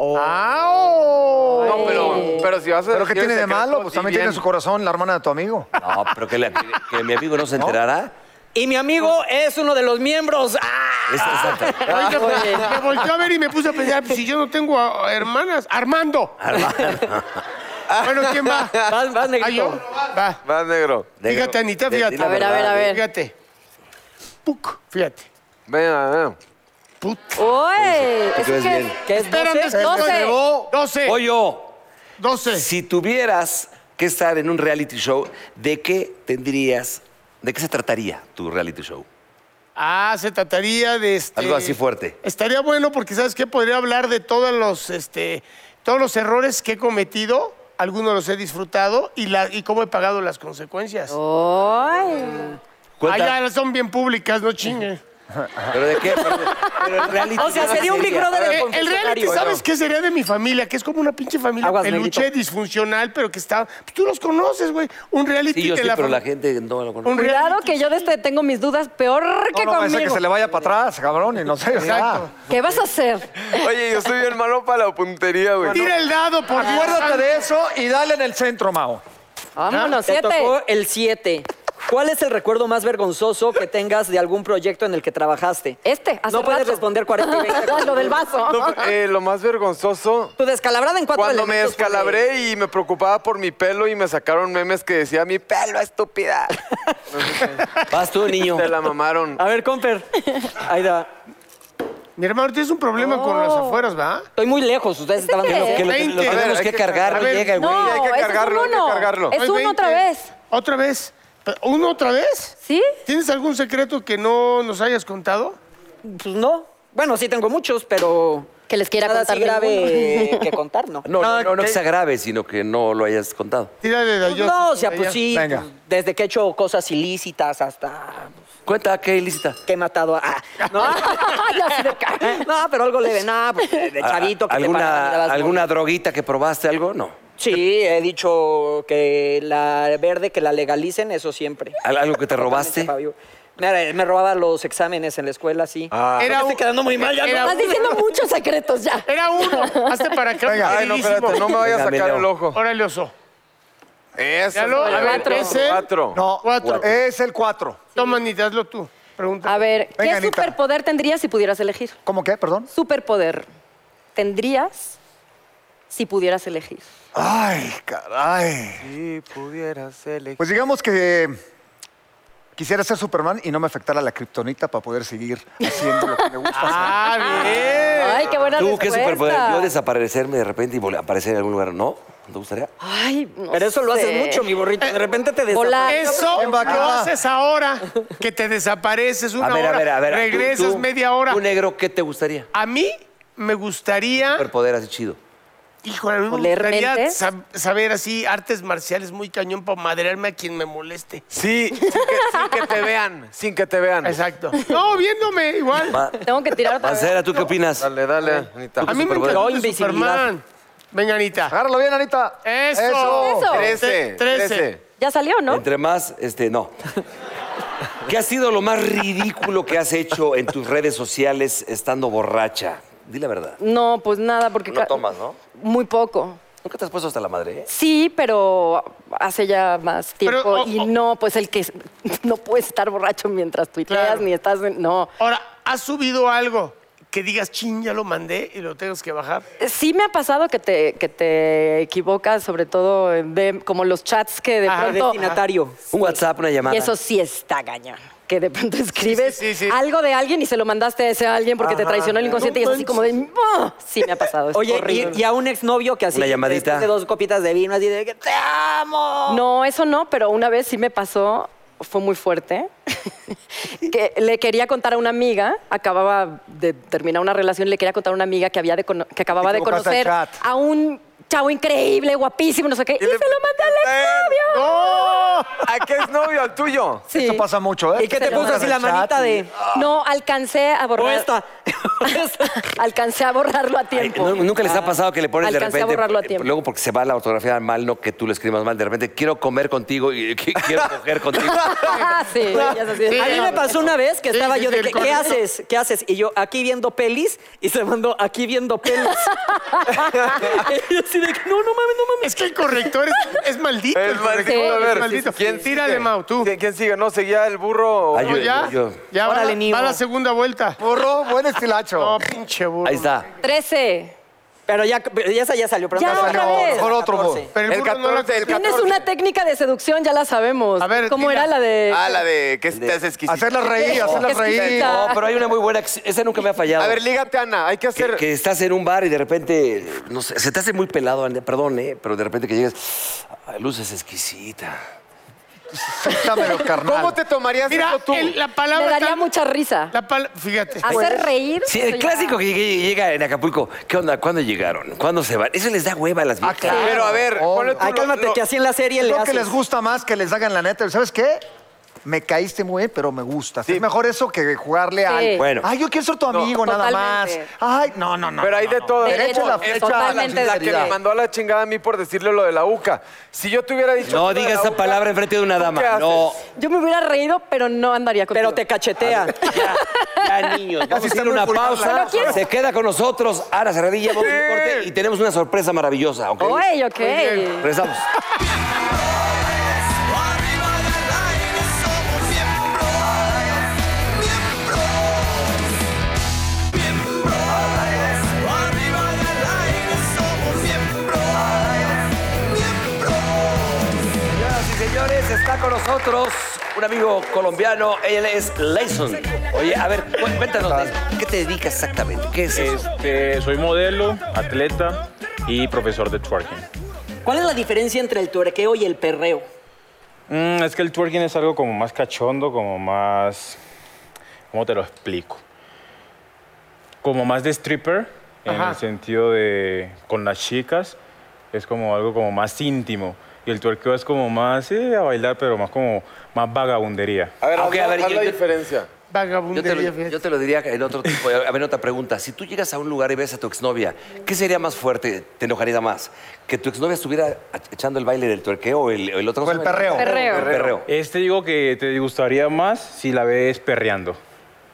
Speaker 3: oh.
Speaker 7: No, pero, pero si vas a
Speaker 4: ¿Pero qué
Speaker 7: decir
Speaker 4: tiene de
Speaker 7: secretos,
Speaker 4: malo? Pues
Speaker 7: di
Speaker 4: también
Speaker 7: bien.
Speaker 4: tiene en su corazón la hermana de tu
Speaker 9: (laughs)
Speaker 4: amigo.
Speaker 5: No, pero que, la- que- que mi amigo no se enterará.
Speaker 6: Y mi amigo es uno de los miembros. ¡Ah!
Speaker 5: Es- exacto.
Speaker 3: Ahorita (laughs) me volteó a ver y me puse a pensar, pues, si yo no tengo a- a hermanas. Armando. (laughs) bueno, ¿quién va?
Speaker 6: Vas, vas, negrito.
Speaker 3: Ah, yo. Va.
Speaker 7: Vas, negro.
Speaker 3: Fíjate, Anita,
Speaker 5: Di- di
Speaker 3: fíjate.
Speaker 5: la
Speaker 9: A ver, a ver, a
Speaker 5: verdad.
Speaker 9: ver.
Speaker 3: Fíjate. Puc, fíjate.
Speaker 7: Venga, venga.
Speaker 3: Put.
Speaker 9: Oye,
Speaker 5: Tú
Speaker 9: ¿eso
Speaker 5: ves
Speaker 9: qué es?
Speaker 5: bien.
Speaker 6: ¿Qué es
Speaker 3: Espérame,
Speaker 6: doce?
Speaker 3: es que
Speaker 9: doce.
Speaker 3: se llevó 12.
Speaker 5: Pollo,
Speaker 3: 12.
Speaker 5: si tuvieras que estar en un reality show, ¿de qué tendrías, de qué se trataría tu reality show?
Speaker 3: Ah, se trataría de este,
Speaker 5: Algo así fuerte.
Speaker 3: Estaría bueno porque sabes qué podría hablar de todos los este todos los errores que he cometido algunos los he disfrutado y, la, y cómo he pagado las consecuencias.
Speaker 9: Ay.
Speaker 5: Cuenta,
Speaker 3: Allá son bien públicas,
Speaker 5: (laughs)
Speaker 3: no chingue.
Speaker 5: ¿Pero de qué? Pero, pero el reality
Speaker 6: O sea,
Speaker 5: nada
Speaker 6: sería un Big Brother
Speaker 5: A ver,
Speaker 6: en
Speaker 3: Eh, el reality,
Speaker 6: Bueno.
Speaker 3: ¿sabes qué sería de mi familia? Que es como una pinche familia
Speaker 6: Aguas,
Speaker 3: peluche
Speaker 6: negrito.
Speaker 3: disfuncional, pero que está. pues, tú los conoces, güey. Un reality
Speaker 5: Sí, yo
Speaker 3: de
Speaker 5: sí, pero
Speaker 3: fam-
Speaker 5: la gente no lo conoce.
Speaker 3: un
Speaker 9: Cuidado
Speaker 3: reality.
Speaker 9: que yo de este tengo mis dudas peor que
Speaker 4: No, no, vaya a ser que
Speaker 9: conmigo.
Speaker 4: se le vaya para atrás, cabrón, y no sé. o sea.
Speaker 3: Exacto.
Speaker 9: ¿Qué vas a hacer?
Speaker 7: Oye, yo soy bien malo para la puntería, güey.
Speaker 3: Tira el dado, por
Speaker 4: Acuérdate
Speaker 3: favor.
Speaker 4: de eso y dale en el centro, Mao.
Speaker 6: Te
Speaker 9: Vámonos, siete.
Speaker 6: tocó el 7. ¿Cuál es el recuerdo más vergonzoso que tengas de algún proyecto en el que trabajaste?
Speaker 9: Este, hace
Speaker 6: No puedes
Speaker 9: rato.
Speaker 6: responder 40 y
Speaker 9: (laughs)
Speaker 6: 20.
Speaker 9: Lo del vaso.
Speaker 7: No,
Speaker 3: pues,
Speaker 7: (laughs) eh, lo más vergonzoso,
Speaker 6: Tu descalabrada en cuatro
Speaker 7: (laughs) cuando me
Speaker 6: elementos, porque-
Speaker 7: descalabré y me preocupaba por mi pelo y me sacaron memes que decía mi pelo estúpida.
Speaker 5: Vas tú, niño.
Speaker 7: Te la mamaron.
Speaker 6: A ver, Comper. Aida,
Speaker 3: Mi hermano, tienes un problema con las afueras, ¿va?
Speaker 6: estoy muy lejos. Ustedes estaban...
Speaker 9: Este.
Speaker 5: Que lo, ten- lo
Speaker 3: 20. A
Speaker 5: tenemos
Speaker 3: ver,
Speaker 5: que
Speaker 3: hay que-
Speaker 5: cargar,
Speaker 3: a ver,
Speaker 5: llega, güey.
Speaker 9: No,
Speaker 7: hay
Speaker 9: ese
Speaker 7: que
Speaker 9: es un
Speaker 7: cargarlo, hay que
Speaker 9: uno.
Speaker 7: cargarlo.
Speaker 9: Es uno otra vez.
Speaker 3: ¿Otra vez? Pero, ¿Uno otra vez?
Speaker 9: ¿Sí?
Speaker 3: ¿Tienes algún secreto que no nos hayas contado?
Speaker 6: Pues no. Bueno, sí tengo muchos, pero...
Speaker 9: Que les quiera
Speaker 6: nada
Speaker 9: contar
Speaker 6: así grave (laughs) que contar, ¿no?
Speaker 5: No, no, no, no que
Speaker 3: ¿qué?
Speaker 5: sea grave, sino que no lo hayas contado.
Speaker 3: Tira de
Speaker 6: Pues no, o sea, pues sí,
Speaker 4: Venga.
Speaker 6: pues, desde que he hecho cosas ilícitas hasta
Speaker 5: Cuenta, qué ilícita.
Speaker 6: que he matado a... ah,
Speaker 9: (laughs)
Speaker 6: no, Ya sí de ca- (laughs) no, pero algo leve, nada, pues, de de chavito. Que te pagaban,
Speaker 5: Ah, ¿Alguna,
Speaker 6: dabas
Speaker 5: ¿alguna droguita que probaste, algo? No.
Speaker 6: Sí, he dicho que la verde, que la legalicen, eso siempre.
Speaker 5: ¿Al- ¿Algo que te robaste?
Speaker 6: Fabio. Mira, me robaba los exámenes en la escuela, sí.
Speaker 5: Ah.
Speaker 6: Era
Speaker 3: Era
Speaker 6: estoy
Speaker 3: un-
Speaker 6: quedando muy mal, ya
Speaker 3: era
Speaker 6: no.
Speaker 9: Estás diciendo
Speaker 6: (laughs)
Speaker 9: muchos secretos ya.
Speaker 3: Era uno. Hazte para acá.
Speaker 7: Ay, no,
Speaker 3: queridísimo.
Speaker 7: espérate, no me vayas a
Speaker 5: Venga, Leo.
Speaker 7: sacar el ojo.
Speaker 3: Órale, oso.
Speaker 7: Eso.
Speaker 3: Ya lo- a ver,
Speaker 7: cuatro.
Speaker 3: es el-
Speaker 7: Cuatro.
Speaker 4: No,
Speaker 3: Cuatro.
Speaker 4: es el cuatro.
Speaker 3: Toma, ni hazlo tú. Pregunta.
Speaker 9: A ver, ¿qué
Speaker 4: Venga, Anita.
Speaker 9: superpoder tendrías si pudieras elegir?
Speaker 4: ¿Cómo qué? Perdón.
Speaker 9: Superpoder tendrías si pudieras elegir.
Speaker 4: Ay, caray.
Speaker 7: Si pudieras elegir.
Speaker 4: Pues digamos que quisiera ser Superman y no me afectara la kriptonita para poder seguir haciendo lo que me gusta. hacer.
Speaker 3: Ah, bien.
Speaker 9: Ay, qué buena
Speaker 5: ¿Tú qué
Speaker 9: respuesta.
Speaker 5: superpoder? Yo desaparecerme de repente y vol- aparecer en algún lugar. ¿No? ¿No ¿Te gustaría?
Speaker 9: Ay, no
Speaker 6: Pero eso lo haces
Speaker 9: sé.
Speaker 6: mucho, mi borrito. De repente te
Speaker 9: Volar.
Speaker 6: desapareces.
Speaker 3: Eso
Speaker 4: ¿Quién va a
Speaker 3: lo
Speaker 4: acabar?
Speaker 3: haces ahora, que te desapareces una
Speaker 5: a ver,
Speaker 3: hora,
Speaker 5: a ver, a ver. tú-
Speaker 3: regresas
Speaker 5: tú,
Speaker 3: media hora.
Speaker 5: ¿Tú, negro, qué te gustaría?
Speaker 3: A mí me
Speaker 6: ¿Ah?
Speaker 3: gustaría,
Speaker 5: Superpoder así chido.
Speaker 3: híjole, a mí me
Speaker 9: ¿Oler
Speaker 3: gustaría
Speaker 9: mentes?
Speaker 3: sab- saber así artes marciales muy cañón para madrearme a quien
Speaker 9: (laughs)
Speaker 3: me moleste.
Speaker 7: Sí, sin que, sin que te vean. Sin que te vean.
Speaker 3: Exacto. No, viéndome igual.
Speaker 5: Va-
Speaker 9: Tengo que tirar otra vez.
Speaker 5: Mancera, ¿tú qué opinas?
Speaker 7: Dale, dale, Anita.
Speaker 3: A mí me
Speaker 5: superpoder.
Speaker 3: encantó
Speaker 6: Yo,
Speaker 3: el de
Speaker 6: invisibilidad.
Speaker 3: Superman. Venga,
Speaker 7: Ah,
Speaker 3: Anita.
Speaker 4: Agárralo bien, Anita.
Speaker 3: Eso.
Speaker 9: Eso.
Speaker 7: Trece.
Speaker 3: Trece.
Speaker 7: Trece.
Speaker 9: Ya salió, ¿no?
Speaker 5: Entre más,
Speaker 9: (laughs)
Speaker 5: este, no. ¿Qué ha sido lo más ridículo que has hecho en tus redes sociales estando borracha? Di la verdad.
Speaker 9: No, pues nada, porque...
Speaker 5: No
Speaker 9: ca-
Speaker 5: tomas, ¿no?
Speaker 9: Muy poco.
Speaker 5: ¿Nunca te has puesto hasta la madre? eh?
Speaker 9: Sí, pero hace ya más tiempo.
Speaker 3: Pero, oh, o-
Speaker 9: y
Speaker 3: o-
Speaker 9: no, pues el que (laughs) no puedes estar borracho mientras tuiteas
Speaker 3: Claro.
Speaker 9: ni estás. en- no.
Speaker 3: Ahora, ¿has subido algo que digas, ching, ya lo mandé y lo tengas que bajar?
Speaker 9: Sí me ha pasado que te, que te equivocas, sobre todo en de, como los chats que de
Speaker 3: Ajá,
Speaker 9: pronto.
Speaker 6: Ah,
Speaker 9: Ah,
Speaker 6: Destinatario.
Speaker 5: Un WhatsApp, una llamada.
Speaker 9: Y eso sí está gañón. Que de pronto escribes
Speaker 3: sí, sí.
Speaker 9: algo de alguien y se lo mandaste a ese alguien porque te traicionó el inconsciente y es así como de. "Ah". Sí me ha pasado. es
Speaker 6: Oye,
Speaker 9: horrible.
Speaker 6: y, y a un exnovio que así
Speaker 5: Una llamadita.
Speaker 6: después de dos copitas de vino, así de que te amo.
Speaker 9: No, eso no, pero una vez sí me pasó, fue muy fuerte, (laughs) que le quería contar a una amiga, acababa de terminar una relación, le quería contar a una amiga que, había de cono- que acababa de
Speaker 4: equivocaste
Speaker 9: conocer
Speaker 4: al chat.
Speaker 9: a un chavo increíble, guapísimo, no sé qué, y,
Speaker 7: le
Speaker 9: se lo mandé
Speaker 6: Eh,
Speaker 9: al exnovio.
Speaker 7: ¡No! ¿A Ah, qué es novio? ¿Al tuyo?
Speaker 9: (laughs) Sí.
Speaker 4: Esto pasa mucho, ¿eh?
Speaker 6: ¿Y qué te
Speaker 9: Se lo
Speaker 6: puso así la
Speaker 4: mandas al
Speaker 6: manita
Speaker 4: chat y-
Speaker 6: de.?
Speaker 9: No, alcancé a borrar.
Speaker 6: O esta.
Speaker 9: (laughs) alcancé a borrarlo a
Speaker 5: Ay,
Speaker 9: tiempo.
Speaker 5: ¿no- ¿Nunca les ha pasado que le pones
Speaker 9: Ah,
Speaker 5: de
Speaker 9: Alcancé a
Speaker 5: repente?
Speaker 9: borrarlo a
Speaker 5: eh,
Speaker 9: tiempo.
Speaker 5: Luego porque se va la ortografía mal, no que tú lo escribas mal. De repente, quiero comer contigo y que- quiero coger
Speaker 7: (laughs)
Speaker 5: contigo.
Speaker 9: Ah, sí, ya es así.
Speaker 3: Sí,
Speaker 6: A mí me pasó una vez que
Speaker 3: Sí,
Speaker 6: estaba
Speaker 3: sí,
Speaker 6: yo
Speaker 3: sí,
Speaker 6: de
Speaker 3: el
Speaker 6: que, ¿qué
Speaker 3: correcto.
Speaker 6: haces? ¿Qué haces? Y yo aquí viendo pelis y se mandó aquí viendo
Speaker 9: (laughs)
Speaker 6: pelis. (laughs) y yo así de que, no, no mames, no mames.
Speaker 3: Es que el corrector es, es maldito. el
Speaker 7: Es
Speaker 3: corrector,
Speaker 7: maldito, a ver.
Speaker 3: es maldito.
Speaker 7: ¿Quién sigue?
Speaker 3: Tírale, Mau, tú.
Speaker 7: ¿Quién, quién sigue? ¿No seguía el burro? o-
Speaker 5: Ay,
Speaker 3: No,
Speaker 5: yo-
Speaker 3: ya,
Speaker 5: yo-
Speaker 3: ya
Speaker 6: Órale,
Speaker 3: va,
Speaker 6: Nimo.
Speaker 3: va la segunda vuelta.
Speaker 4: Burro, buen estilacho.
Speaker 3: No, pinche burro.
Speaker 5: Ahí está.
Speaker 9: 13.
Speaker 6: Pero ya, pero ya esa ya salió. Pero
Speaker 9: Ya
Speaker 6: no
Speaker 9: otra vez.
Speaker 4: Mejor otro burro.
Speaker 6: 14.
Speaker 3: Pero el,
Speaker 7: El
Speaker 3: burro no la
Speaker 7: 14, el
Speaker 3: consiguió.
Speaker 9: Tienes una técnica de seducción, ya la sabemos.
Speaker 3: A ver,
Speaker 9: ¿Cómo
Speaker 3: dila.
Speaker 9: era la de.?
Speaker 10: Ah, la de que estás exquisito.
Speaker 4: Hacerla reír, hacerla reír.
Speaker 9: Exquisita.
Speaker 5: No, Oh, pero hay una muy buena. que- Esa nunca me ha fallado.
Speaker 7: A ver, lígate, Ana. Hay que
Speaker 5: que,
Speaker 7: hacer...
Speaker 5: que estás en un bar y de repente, no sé, "Ah, se te hace muy pelado, Ana, perdón, ¿eh? pero de repente que llegas, "Ay, luces exquisita.
Speaker 4: Sácamelo, carnal.
Speaker 7: ¿Cómo te tomarías
Speaker 3: Mira,
Speaker 7: eso tú?
Speaker 3: el- la
Speaker 9: Me
Speaker 3: palabra.
Speaker 9: daría
Speaker 3: tan-
Speaker 9: mucha risa.
Speaker 3: la pal- fíjate.
Speaker 6: Pues,
Speaker 9: Hacer reír.
Speaker 5: Sí, el
Speaker 9: soy-
Speaker 5: clásico que que llega en Acapulco. ¿Qué onda? ¿Cuándo llegaron? ¿Cuándo se van? Eso les da hueva a
Speaker 7: Ah,
Speaker 5: las
Speaker 4: Ah,
Speaker 5: viejas.
Speaker 7: Pero a ver, ponle tú
Speaker 6: Ay,
Speaker 7: lo-
Speaker 6: cálmate,
Speaker 7: lo-
Speaker 6: que así en la serie le
Speaker 4: Creo que
Speaker 6: haces.
Speaker 4: les gusta más que les hagan la neta. ¿Sabes qué? Me caíste muy bien, pero me gusta. Es mejor eso que jugarle al.
Speaker 5: Bueno.
Speaker 4: Ay, yo quiero ser tu amigo, nada más.
Speaker 9: Totalmente.
Speaker 4: Ay, no, no, no.
Speaker 7: Pero hay
Speaker 4: no,
Speaker 7: de
Speaker 4: no.
Speaker 7: todo.
Speaker 4: Derecho a la
Speaker 9: Derecho,
Speaker 4: flecha.
Speaker 9: totalmente
Speaker 4: a la
Speaker 7: La que
Speaker 4: sinceridad.
Speaker 7: me mandó a la chingada a mí por decirle lo de la UCA. Si yo te hubiera dicho.
Speaker 5: No
Speaker 7: lo de
Speaker 5: digas
Speaker 7: la
Speaker 5: esa
Speaker 7: UCA,
Speaker 5: palabra enfrente de una
Speaker 7: ¿tú
Speaker 5: dama.
Speaker 7: qué haces?
Speaker 5: No.
Speaker 9: Yo me hubiera reído, pero no andaría con
Speaker 6: Pero te cachetea.
Speaker 5: Ya, niños, vamos a hacer una pausa. Se queda con nosotros Ara Cerradilla, vamos a un corte y tenemos una sorpresa maravillosa,
Speaker 9: (laughs)
Speaker 5: ¿ok?
Speaker 7: Oh,
Speaker 9: Oye, ok.
Speaker 5: Regresamos.
Speaker 2: Arriba del aire somos miembros, miembros, miembros. Arriba del aire somos miembros, miembros.
Speaker 5: Señoras y señores, está con nosotros un amigo colombiano, él es Layson. Oye, a ver, cu- cuéntanos, Layson, ¿qué te dedicas exactamente? ¿Qué Ah. es eso?
Speaker 10: Este, soy modelo, atleta y profesor de twerking.
Speaker 6: ¿Cuál es la diferencia entre el tuerqueo y el perreo?
Speaker 10: Mm, es que el twerking es algo como más cachondo, como más... ¿Cómo te lo explico? Como más de stripper, en el sentido de con las chicas, es como algo como más íntimo. Y el twerkeo es como más, sí, a bailar, pero más como más vagabundería.
Speaker 7: A ver,
Speaker 5: Ok,
Speaker 7: haz
Speaker 5: a
Speaker 7: la-
Speaker 5: ver,
Speaker 7: haz
Speaker 5: yo-
Speaker 7: la
Speaker 5: yo-
Speaker 7: diferencia.
Speaker 5: Yo te,
Speaker 3: Vagabundería,
Speaker 5: lo,
Speaker 3: fíjate.
Speaker 5: yo te lo diría en otro tipo. de- A ver, otra pregunta. Si tú llegas a un lugar y ves a tu exnovia, ¿qué sería más fuerte? ¿Te enojaría más? ¿Que tu exnovia estuviera echando el baile del tuerqueo o el, el otro?
Speaker 4: O el perreo.
Speaker 9: Perreo.
Speaker 5: El perreo.
Speaker 10: Este digo que te gustaría más si la ves perreando.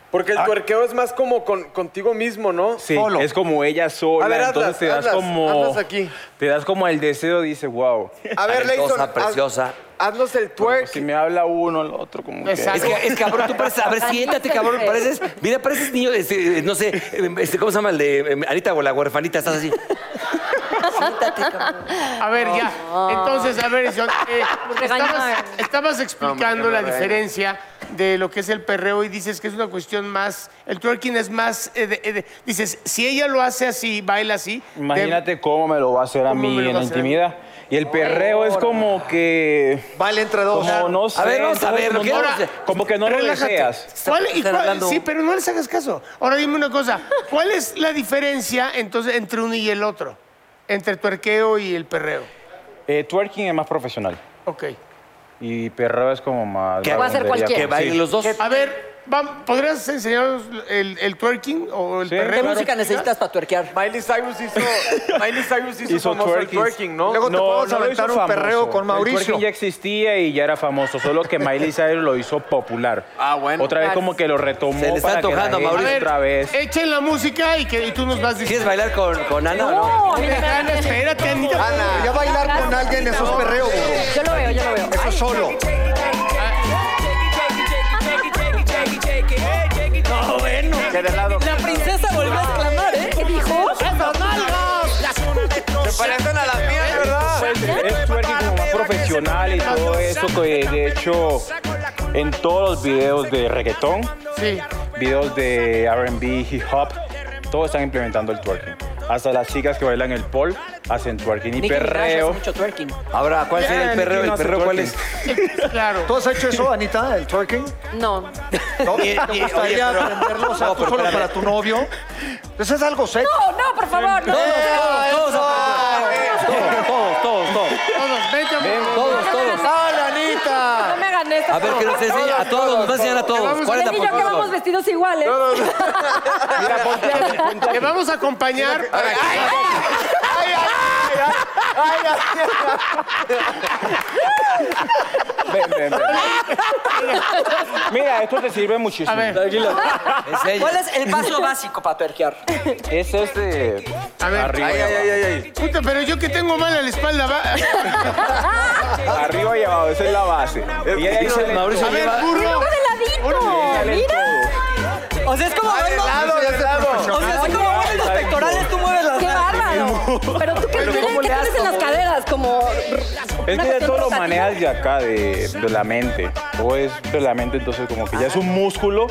Speaker 7: Porque
Speaker 5: Ah.
Speaker 7: el tuerqueo es más como con- contigo mismo, ¿no?
Speaker 10: Sí,
Speaker 4: Solo.
Speaker 10: es como ella sola,
Speaker 7: A ver, hazlas,
Speaker 10: entonces te das
Speaker 7: hazlas,
Speaker 10: como
Speaker 7: hazlas aquí.
Speaker 10: te das como el deseo, dice, wow.
Speaker 7: A ver,
Speaker 5: Talentosa,
Speaker 7: Leighton. haz-
Speaker 5: preciosa.
Speaker 7: Haznos el twerk.
Speaker 10: Si me habla uno, el otro como que-
Speaker 3: Exacto.
Speaker 5: Es que, es cabrón, tú pareces, a
Speaker 9: Ah,
Speaker 5: ver, siéntate, cabrón, pareces, mira, pareces niño, de este, no sé, este, ¿cómo se llama el de eh, Anita o la huerfanita? Estás así.
Speaker 3: A ver, ya. Entonces, a ver, John, eh, estabas,
Speaker 9: Regañar.
Speaker 3: estabas explicando la diferencia de lo que es el perreo y dices que es una cuestión más. El twerking es más. eh, de- eh, de- dices, si ella lo hace así, baila así. de-
Speaker 10: Imagínate cómo me lo va a hacer a
Speaker 3: ¿Cómo me
Speaker 10: mí
Speaker 3: lo
Speaker 10: en
Speaker 3: va
Speaker 10: la
Speaker 3: a hacer a mí?
Speaker 10: intimidad. Y el perreo es como que
Speaker 4: Vale entre dos.
Speaker 10: como no sé,
Speaker 5: ver, vamos a
Speaker 10: ¿sabes?
Speaker 5: ver,
Speaker 10: Como
Speaker 5: ¿qué
Speaker 10: no-
Speaker 5: vamos a-
Speaker 10: como que no lo
Speaker 3: Relájate.
Speaker 10: deseas.
Speaker 3: ¿Cuál- y
Speaker 5: Están
Speaker 3: cuál-
Speaker 5: hablando-
Speaker 3: sí, pero no les hagas caso. Ahora dime una cosa. ¿Cuál es la diferencia entonces entre uno y el otro? Entre el tuerqueo y el perreo.
Speaker 10: Eh, twerking es más profesional
Speaker 3: Ok.
Speaker 10: y perreo es como más
Speaker 5: Que
Speaker 9: puede hacer
Speaker 10: vagabundería,
Speaker 9: cualquiera.
Speaker 5: Que
Speaker 10: como-
Speaker 5: bailen
Speaker 10: sí.
Speaker 5: los dos.
Speaker 3: A ver, vam- ¿podrías enseñarnos el, el twerking o el
Speaker 10: Sí,
Speaker 3: perreo?
Speaker 10: ¿Qué
Speaker 6: ¿Qué
Speaker 10: claro.
Speaker 6: música necesitas para tuerquear?
Speaker 7: Miley Cyrus (laughs) hizo, Miley Cyrus hizo,
Speaker 10: Hizo
Speaker 7: famoso el
Speaker 10: twerkings.
Speaker 7: twerking, ¿no?
Speaker 4: Luego te podemos
Speaker 10: lo
Speaker 4: aventar
Speaker 10: hizo
Speaker 4: un perreo con
Speaker 10: El
Speaker 4: Mauricio.
Speaker 10: twerking ya existía y ya era famoso, solo que Miley Cyrus lo hizo popular.
Speaker 7: Ah, bueno.
Speaker 10: Otra vez como que lo retomó
Speaker 5: Se le está
Speaker 10: para que la
Speaker 5: antojando a
Speaker 10: gente
Speaker 5: Mauricio.
Speaker 10: otra vez.
Speaker 3: Echen la música y, que, y tú nos vas
Speaker 5: ¿Quieres
Speaker 3: diciendo.
Speaker 5: bailar con, con Ana o no?
Speaker 9: No, a mí no me
Speaker 3: Ana, espérate, Anita.
Speaker 4: Ya bailar con alguien, eso es perreo, burro.
Speaker 9: Ah, Yo lo veo, yo lo veo.
Speaker 4: Eso es solo.
Speaker 7: Que de lado.
Speaker 6: La princesa volvió a exclamar, ¿eh? ¿Qué dijo?
Speaker 7: Se parecen a las mías, ¿verdad?
Speaker 10: pues, Es twerking como más profesional y todo eso que de hecho en todos los videos de reggaetón,
Speaker 3: Sí.
Speaker 10: videos de R&B, hip hop, todos están implementando el twerking. Hasta las chicas que bailan el pole hacen twerking y
Speaker 6: Nicki Minaj hace
Speaker 10: perreo.
Speaker 6: mucho twerking.
Speaker 5: Ahora, ¿cuál sería el
Speaker 10: Nicki
Speaker 5: perreo?
Speaker 10: no
Speaker 5: ¿El
Speaker 10: hace
Speaker 5: perreo cuál es?
Speaker 10: twerking.
Speaker 3: Claro.
Speaker 4: ¿Tú has hecho eso, Anita, el twerking?
Speaker 9: No.
Speaker 4: ¿No?
Speaker 5: Y- y-
Speaker 4: ¿Te gustaría
Speaker 5: oye, pero-
Speaker 4: aprenderlo, o sea,
Speaker 5: No,
Speaker 4: tú
Speaker 5: pero
Speaker 4: solo
Speaker 5: espérame.
Speaker 4: para tu novio? Pues es algo sexy.
Speaker 9: No, no, por favor,
Speaker 3: Eh,
Speaker 9: no.
Speaker 5: Todos, todos, todos, todos, todos, todos.
Speaker 3: Todos, vente, amor.
Speaker 5: Todos, todos.
Speaker 4: ¡Dale, Anita!
Speaker 9: No me hagan esto.
Speaker 5: A ver, que nos enseñe a todos, nos va a enseñar a todos. ¿Cuál es la
Speaker 9: Ven y yo que vamos
Speaker 5: posición?
Speaker 9: vestidos iguales.
Speaker 3: Te eh, vamos a acompañar.
Speaker 10: Ven, ven, ven. Mira, esto te sirve muchísimo.
Speaker 3: A ver.
Speaker 5: Enseña.
Speaker 6: ¿Cuál es el (laughs) paso básico para tuerquear?
Speaker 10: Es este
Speaker 3: A ver.
Speaker 10: arriba y
Speaker 7: Ay, ay,
Speaker 10: abajo.
Speaker 7: ay, ay.
Speaker 3: Puta, pero yo que tengo mal a la espalda. va.
Speaker 10: Arriba y abajo, esa es la base. Y ella dice,
Speaker 5: Mauricio
Speaker 3: A ver,
Speaker 5: lleva...
Speaker 3: burro.
Speaker 9: ¡De ladito! ¡Mira!
Speaker 6: O sea, es como ver los... O sea, es como ver los pectorales, tú mueves las...
Speaker 9: ¡Qué bárbaro! Pero tú, ¿qué, tienes, qué tienes en las caderas? Como...
Speaker 10: Es
Speaker 9: una
Speaker 10: que ya
Speaker 9: cuestión
Speaker 10: todo lo
Speaker 9: rotativa.
Speaker 10: manejas de acá, de, de la mente. Todo es de la mente, entonces como que ya es un músculo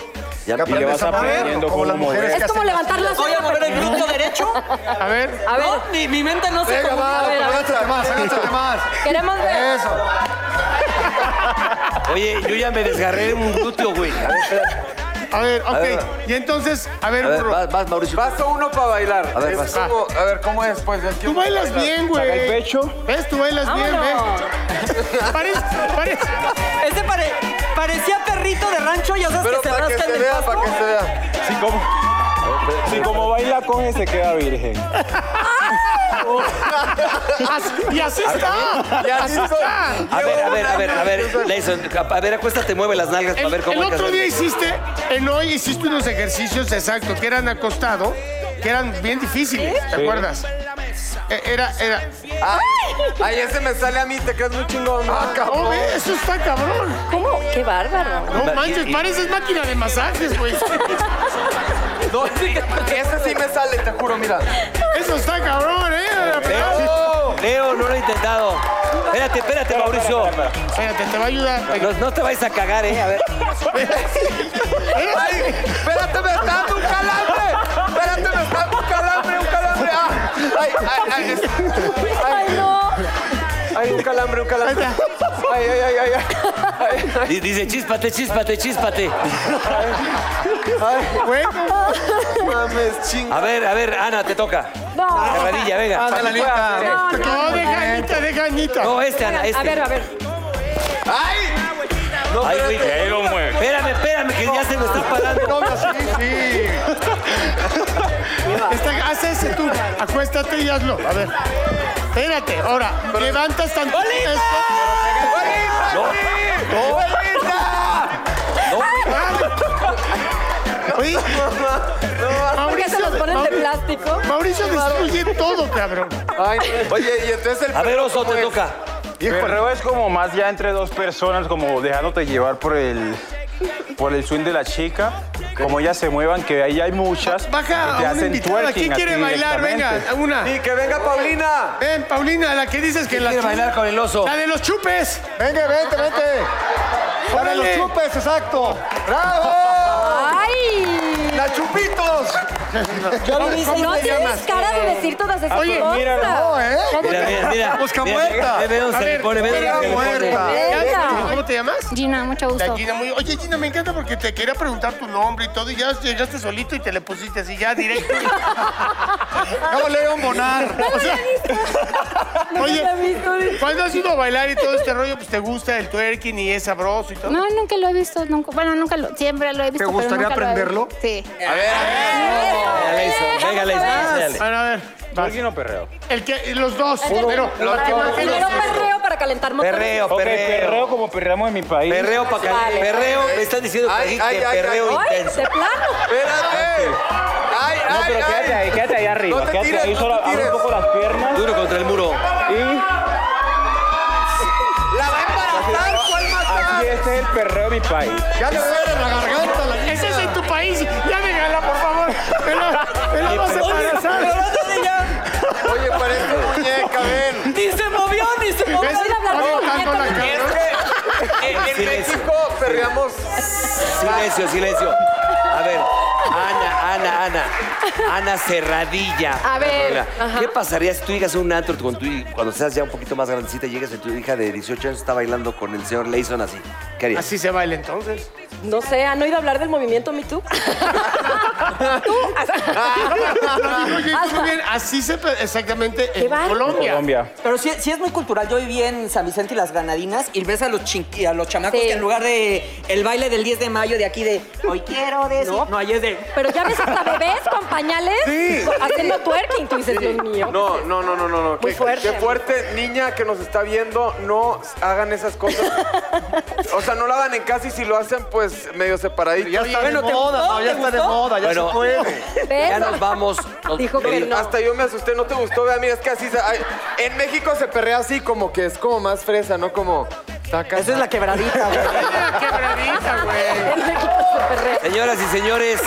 Speaker 5: Ya
Speaker 10: y le
Speaker 5: aprendes
Speaker 10: vas
Speaker 4: a moverlo,
Speaker 10: aprendiendo
Speaker 4: como
Speaker 10: cómo
Speaker 4: las mujeres
Speaker 10: mover.
Speaker 9: Es como levantar las
Speaker 6: Voy a mover el glúteo derecho.
Speaker 3: A ver.
Speaker 9: A ver,
Speaker 6: No, mi, mi mente no se
Speaker 4: Venga,
Speaker 6: comunica.
Speaker 4: va,
Speaker 9: a ver, a ver.
Speaker 4: agánchate más, agánchate más.
Speaker 9: queremos ver.
Speaker 4: Eso.
Speaker 5: Oye, yo ya me desgarré un glúteo, güey. A ver, espera.
Speaker 3: A ver, ok.
Speaker 5: ver,
Speaker 3: y entonces, a ver,
Speaker 5: A ver,
Speaker 3: burro.
Speaker 5: vas, vas, Mauricio.
Speaker 7: Paso uno para bailar.
Speaker 5: A ver,
Speaker 7: Es
Speaker 5: vas.
Speaker 7: como- a ver, ¿cómo es? Pues, aquí
Speaker 3: Tú
Speaker 7: uno
Speaker 3: bailas
Speaker 7: baila.
Speaker 3: bien, güey.
Speaker 10: Saca el pecho.
Speaker 3: ¿Ves? Tú bailas
Speaker 9: Vámonos.
Speaker 3: bien, ¿ves? Parece, parece.
Speaker 6: Ese pare- parecía perrito de rancho, ya sabes
Speaker 7: Pero
Speaker 6: que se
Speaker 7: para que
Speaker 6: rasca
Speaker 7: se
Speaker 6: el del
Speaker 7: vea,
Speaker 6: pasto.
Speaker 7: para que se vea.
Speaker 10: Si como, si como baila coge, se queda virgen.
Speaker 3: Y así está.
Speaker 7: Ya así soy.
Speaker 5: A ver, a ver, a ver, a ver. Leison, a ver, acuéstate, mueve las nalgas para
Speaker 3: El,
Speaker 5: ver cómo
Speaker 3: el
Speaker 5: hay que
Speaker 3: otro
Speaker 5: hacer.
Speaker 3: día hiciste, en hoy hiciste unos ejercicios exactos que eran acostado, que eran bien difíciles, ¿te
Speaker 10: Sí.
Speaker 3: acuerdas? E- Era, era.
Speaker 7: Ay, ese me sale a mí, te crees muy chingón. ¿no?
Speaker 3: Oh, ve, eso está cabrón.
Speaker 9: ¿Cómo? Qué bárbaro.
Speaker 3: No
Speaker 5: Ma-
Speaker 3: manches,
Speaker 5: y- y-
Speaker 3: pareces máquina de masajes, güey.
Speaker 7: No, sí, ese sí me sale, te juro, mira.
Speaker 3: Eso está cabrón, ¿eh?
Speaker 5: Leo, Leo, no lo he intentado. Espérate, espérate, Mauricio.
Speaker 3: Espérate, te va a ayudar.
Speaker 5: No, no te vais a cagar, ¿eh? A ver.
Speaker 7: Ay, espérate, me está dando un calambre. Espérate, me está dando un calambre, un calambre. Ah, ay, ay, ay, es- ay,
Speaker 9: Ay, no.
Speaker 7: ay, un calambre, un calambre. Ay, ay, ay, ay, ay. Ay, ay,
Speaker 5: Di- Dice, chispate, chispate, chispate.
Speaker 7: mames, chinga.
Speaker 5: A ver, a ver, Ana, te toca.
Speaker 9: No.
Speaker 5: Cerradilla, venga.
Speaker 9: No, no,
Speaker 3: No, deja Anita, deja Anita.
Speaker 5: No, este, Ana, este.
Speaker 9: A ver, a ver.
Speaker 7: Ay. No,
Speaker 5: Ay, güey.
Speaker 7: espérate.
Speaker 5: Espérame, espérame, que ya se me está parando.
Speaker 3: Sí, sí. Está- Este, haz ese tú. Acuéstate y hazlo. A ver. Espérate, ahora, levantas tanto esto.
Speaker 7: Bolita, sí. Bolita.
Speaker 10: Ah.
Speaker 3: Oye,
Speaker 9: ¿Por qué se
Speaker 3: Mauricio,
Speaker 9: los ponen de
Speaker 3: Mauri-
Speaker 9: plástico?
Speaker 3: Mauricio destruye todo, cabrón.
Speaker 7: Ay, oye, y entonces el
Speaker 5: A ver, oso,
Speaker 7: ¿cómo
Speaker 5: te
Speaker 7: es?
Speaker 5: toca.
Speaker 10: Ah, El perreo es como más ya entre dos personas, como dejándote llevar por el, por el swing de la chica. Como ellas se muevan, que ahí hay muchas.
Speaker 3: Baja
Speaker 10: que te
Speaker 3: a una
Speaker 10: hacen
Speaker 3: invitada.
Speaker 10: twerking
Speaker 3: ¿Quién
Speaker 10: a
Speaker 3: quiere
Speaker 10: ti
Speaker 3: bailar? Venga,
Speaker 10: directamente.
Speaker 3: una.
Speaker 7: Sí, que venga Paulina.
Speaker 3: Ven, Paulina, la que dices que la.
Speaker 5: Quiere bailar con el oso.
Speaker 3: La de los chupes.
Speaker 4: Venga, vente, vente. Para los
Speaker 3: Órale.
Speaker 4: chupes, exacto. ¡Bravo!
Speaker 9: ¡Ay!
Speaker 4: ¡La chupitos!
Speaker 9: No tienes cara de decir todas esas
Speaker 3: Oye,
Speaker 9: cosas.
Speaker 3: mira,
Speaker 4: No, ¿eh?
Speaker 5: Mira, mira, mira.
Speaker 4: Busca
Speaker 5: Mira,
Speaker 4: muerta.
Speaker 5: Ve, ve dónde
Speaker 3: A
Speaker 5: se le
Speaker 3: ver,
Speaker 5: pone, ve dónde
Speaker 3: mira,
Speaker 5: se le
Speaker 4: muerta.
Speaker 5: pone.
Speaker 9: Venga.
Speaker 3: Este, ¿Cómo te llamas?
Speaker 11: Gina, mucho gusto.
Speaker 3: Gina, muy... Oye, Gina, me encanta porque te quería preguntar tu nombre y todo, y ya llegaste solito y te le pusiste así
Speaker 4: (laughs)
Speaker 3: ya directo.
Speaker 4: Acabo de leer un bonar.
Speaker 3: O sea, oye,
Speaker 9: la he visto.
Speaker 3: cuando has ido a bailar y todo este rollo, pues te gusta el twerking y es sabroso y todo.
Speaker 11: No, nunca lo he visto. Nunca, bueno, nunca lo, siempre lo he visto. pero
Speaker 4: gustaría
Speaker 11: nunca lo he
Speaker 4: aprenderlo?
Speaker 11: visto. Sí.
Speaker 5: Venga, Leison, venga, Leison, enséñale.
Speaker 3: Bueno, a ver, vas.
Speaker 10: ¿Twerking o perreo?
Speaker 3: El que, los dos, pero la que más
Speaker 9: Primero
Speaker 3: los-
Speaker 9: perreo para calentar motores.
Speaker 5: Perreo,
Speaker 10: Ok, perreo
Speaker 5: perreo.
Speaker 10: como perreamos en mi país.
Speaker 5: Perreo para
Speaker 9: Vale.
Speaker 5: Perreo, me están diciendo que
Speaker 7: Ay,
Speaker 5: dijiste
Speaker 7: ay, ay,
Speaker 5: perreo
Speaker 7: ay.
Speaker 9: ¡Ay,
Speaker 5: intenso.
Speaker 9: de plano!
Speaker 7: Espérate. Ay,
Speaker 10: No,
Speaker 7: ay,
Speaker 10: pero quédate
Speaker 7: ay.
Speaker 10: ahí, quédate ahí arriba.
Speaker 7: No te
Speaker 10: quédate
Speaker 7: tires,
Speaker 10: ahí,
Speaker 7: no
Speaker 10: solo
Speaker 7: te
Speaker 10: abre
Speaker 7: tires.
Speaker 10: un poco las piernas
Speaker 5: Duro contra el muro.
Speaker 10: y
Speaker 7: La va a embarazar, ¿cuál matar?
Speaker 10: aquí este es el perreo de mi país.
Speaker 4: Ya le duele la garganta. La...
Speaker 3: Ese es en tu país, ya déjala, por favor. Me la, me la vas a embarazar.
Speaker 7: Oye, parece
Speaker 10: (laughs)
Speaker 7: muñeca, ven.
Speaker 6: Ni se movió, ni se movió.
Speaker 3: ¿Ves?
Speaker 9: Voy a hablar con
Speaker 3: Oye,
Speaker 9: mi
Speaker 3: tanto la
Speaker 9: nieto.
Speaker 3: cabrón.
Speaker 7: En
Speaker 5: Silencio,
Speaker 7: México perreamos.
Speaker 5: silencio, silencio. A ver, Ana, Ana, Ana. Ana Cerradilla.
Speaker 9: A ver,
Speaker 5: Mira,
Speaker 9: ajá.
Speaker 5: ¿Qué pasaría si tú llegas a un antro con tu, hi- cuando seas ya un poquito más grandecita y llegas y tu hija de 18 años está bailando con el señor Leison así? ¿Qué harías?
Speaker 3: Así se baila entonces.
Speaker 9: No sé, ¿han oído hablar del movimiento Me Too? ¿Tú?
Speaker 4: (laughs)
Speaker 3: Oye, muy bien, así se pe- exactamente
Speaker 9: Qué
Speaker 3: en
Speaker 9: bárbaro.
Speaker 3: Colombia.
Speaker 10: Colombia.
Speaker 6: Pero sí, sí es muy cultural. Yo viví en San Vicente y las Granadinas y ves a los, chinqui- a los chamacos
Speaker 9: Sí.
Speaker 6: que en lugar de el baile del 10 de mayo de aquí de hoy quiero decir... No, ahí es de...
Speaker 9: Pero ya ves hasta bebés con pañales
Speaker 7: Sí.
Speaker 9: haciendo twerking. Tú dices, Dios mío.
Speaker 7: No, no, no, no, no, no.
Speaker 9: Muy
Speaker 7: Qué-
Speaker 9: fuerte.
Speaker 7: Qué fuerte, niña que nos está viendo, no hagan esas
Speaker 10: (laughs)
Speaker 7: cosas. O sea, no lo hagan en casa y si lo hacen, pues medio separadito.
Speaker 4: Ya está de
Speaker 6: Bueno, ¿te
Speaker 4: moda,
Speaker 6: gustó?
Speaker 4: no, ya
Speaker 6: ¿Te
Speaker 4: está de
Speaker 6: gustó?
Speaker 4: moda, ya
Speaker 5: Bueno.
Speaker 4: se puede.
Speaker 9: ¿Ves?
Speaker 5: Ya nos vamos. Nos-
Speaker 9: Dijo que
Speaker 5: Oye,
Speaker 9: no.
Speaker 7: Hasta yo me asusté, ¿no te gustó? Vea, mira, es que así se- ay, en México se perrea así como que es como más fresa, ¿no? Como saca.
Speaker 6: Esa es la quebradita, güey.
Speaker 3: Quebradita, güey.
Speaker 9: En México se perrea.
Speaker 5: Señoras y señores,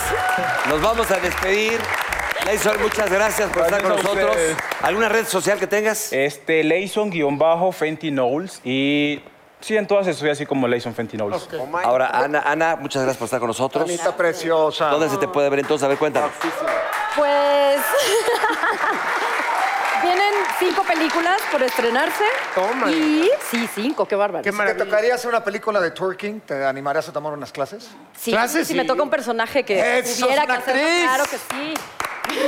Speaker 5: nos vamos a despedir. Leison, muchas gracias por estar con
Speaker 10: Gracias a
Speaker 5: nosotros.
Speaker 10: ustedes.
Speaker 5: ¿Alguna red social que tengas?
Speaker 10: Este, Leison-Fenty Knowles. Y sí, en todas estoy así como Leison Fenty Knowles.
Speaker 5: Ahora, Ana, Ana, muchas gracias por estar con nosotros.
Speaker 4: Anita preciosa.
Speaker 5: ¿Dónde se te puede ver entonces? A ver, cuéntanos.
Speaker 9: Pues. Vienen cinco películas por estrenarse.
Speaker 3: Toma.
Speaker 9: Y sí, cinco, qué bárbaro.
Speaker 3: Qué
Speaker 4: ¿Te
Speaker 3: maravilla.
Speaker 4: tocaría hacer una película de twerking? ¿Te animarías a tomar unas clases?
Speaker 9: Sí,
Speaker 3: Clases,
Speaker 9: si me
Speaker 3: sí.
Speaker 9: toca un personaje que
Speaker 4: ¡Eso,
Speaker 9: tuviera
Speaker 4: es una
Speaker 9: que hacerlo,
Speaker 4: actriz!
Speaker 9: claro que sí. (laughs)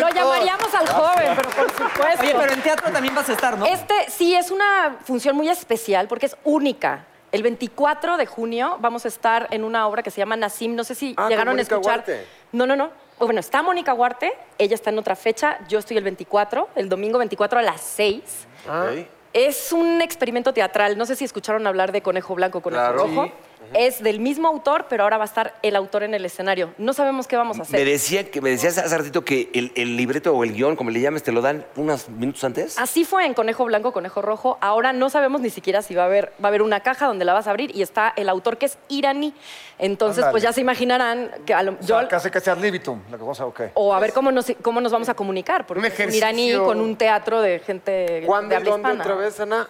Speaker 9: Lo llamaríamos al joven, pero por supuesto.
Speaker 6: Oye, Pues, pero en teatro también vas a estar, ¿no?
Speaker 9: Este sí es una función muy especial porque es única. El 24 de junio vamos a estar en una obra que se llama Nasim. No sé si
Speaker 7: Ah, con
Speaker 9: llegaron a
Speaker 7: Mónica
Speaker 9: escuchar.
Speaker 7: Huarte.
Speaker 9: No, no, no. O Bueno, está Mónica Huarte, ella está en otra fecha, yo estoy el 24, el domingo 24 a las 6.
Speaker 7: Ok.
Speaker 9: Es un experimento teatral. No sé si escucharon hablar de Conejo Blanco, Conejo
Speaker 7: Claro.
Speaker 9: Rojo.
Speaker 7: Sí.
Speaker 9: Es del mismo autor, pero ahora va a estar el autor en el escenario. No sabemos qué vamos a hacer.
Speaker 5: Me, decía que, me decías hace ratito que el, el libreto o el guión, como le llames, te lo dan unos minutos antes.
Speaker 9: Así fue en Conejo Blanco, Conejo Rojo. Ahora no sabemos ni siquiera si va a haber, va a haber una caja donde la vas a abrir y está el autor que es iraní. Entonces,
Speaker 4: Ándale.
Speaker 9: pues ya se imaginarán que a lo,
Speaker 4: O sea,
Speaker 9: yo-
Speaker 4: casi que sea ad libitum, la cosa, ok.
Speaker 9: o a ver cómo nos, cómo nos vamos a comunicar, porque
Speaker 3: Un
Speaker 9: es un iraní
Speaker 3: ejercicio.
Speaker 9: con un teatro de gente de
Speaker 7: ¿Cuándo y
Speaker 9: habla
Speaker 7: dónde
Speaker 9: hispana.
Speaker 7: otra vez, Ana?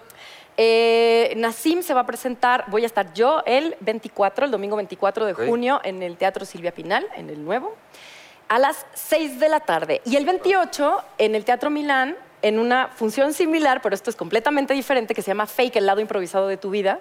Speaker 9: Eh, Nassim se va a presentar, voy a estar yo el 24, el domingo 24 de
Speaker 7: Ok.
Speaker 9: junio, en el Teatro Silvia Pinal, en el nuevo, a las 6 de la tarde. Y el 28, en el Teatro Milán, en una función similar, pero esto es completamente diferente, que se llama Fake, el lado improvisado de tu vida,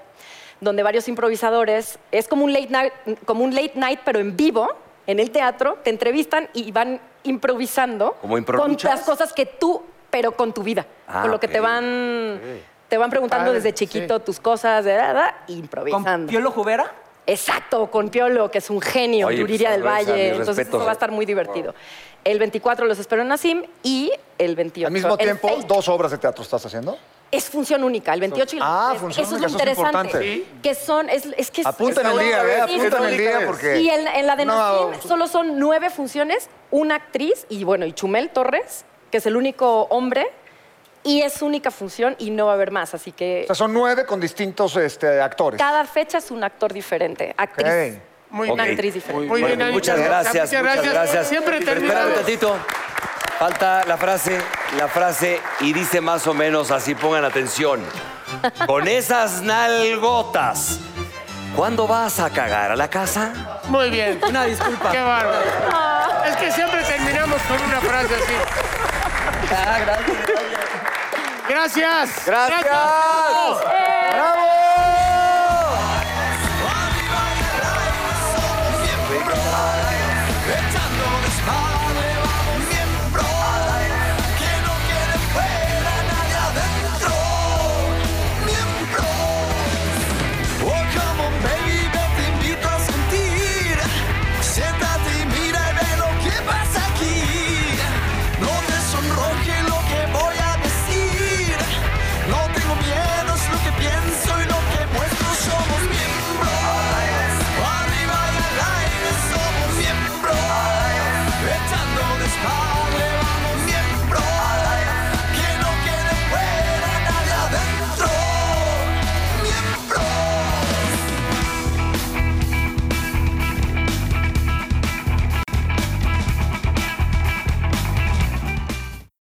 Speaker 9: donde varios improvisadores, es como un late night, como un late night pero en vivo, en el teatro, te entrevistan y van improvisando
Speaker 5: ¿Como
Speaker 9: con
Speaker 5: improvisas?
Speaker 9: las cosas que tú, pero con tu vida,
Speaker 5: Ah,
Speaker 9: con lo que te
Speaker 5: ok.
Speaker 9: van... Te van preguntando
Speaker 3: padre,
Speaker 9: desde chiquito tus cosas, de verdad,
Speaker 6: ¿Con
Speaker 9: improvisando.
Speaker 6: Piolo Jubera?
Speaker 9: Exacto, con Piolo, que es un genio,
Speaker 5: Oye, pues,
Speaker 9: Yuriria del
Speaker 5: a ver, a mis
Speaker 9: Valle. Entonces,
Speaker 5: respetos.
Speaker 9: eso va a estar muy divertido. El 24 los espero en Nasim y el 28.
Speaker 4: Al mismo
Speaker 9: el
Speaker 4: tiempo,
Speaker 9: Fake
Speaker 4: dos obras de teatro estás haciendo.
Speaker 9: Es función única, el 28 y el
Speaker 4: Ah,
Speaker 9: 23.
Speaker 4: función
Speaker 9: Eso es
Speaker 4: única,
Speaker 9: lo
Speaker 4: eso es
Speaker 9: interesante.
Speaker 4: importante.
Speaker 9: Que son, es, es que es-
Speaker 4: Apunten el día, ¿eh?
Speaker 9: Sí,
Speaker 4: Apunten
Speaker 9: son-
Speaker 4: el día porque...
Speaker 9: y en, en la de
Speaker 4: No.
Speaker 9: Nasim solo son nueve funciones, una actriz y bueno, y Chumel Torres, que es el único hombre, y es única función y no va a haber más. Así que
Speaker 4: O sea, son nueve con distintos este, actores.
Speaker 9: cada fecha es un actor diferente. Actriz.
Speaker 4: Ok.
Speaker 3: Muy
Speaker 9: Una
Speaker 5: Ok.
Speaker 9: actriz diferente.
Speaker 3: Muy bien,
Speaker 5: Bueno,
Speaker 3: Anita.
Speaker 5: muchas gracias, muchas gracias.
Speaker 3: Siempre
Speaker 5: Pero
Speaker 3: terminamos.
Speaker 5: Espera un tantito. Falta la frase, la frase, y dice más o menos así, pongan atención. Con esas nalgotas, ¿cuándo vas a cagar a la casa?
Speaker 3: Muy bien.
Speaker 6: Una disculpa.
Speaker 3: Qué
Speaker 9: Ah.
Speaker 3: bárbaro. Es que siempre terminamos con una frase así.
Speaker 6: Ah, gracias.
Speaker 3: Gracias.
Speaker 7: ¡Gracias!
Speaker 3: Gracias.
Speaker 4: ¡Bravo!
Speaker 9: oh,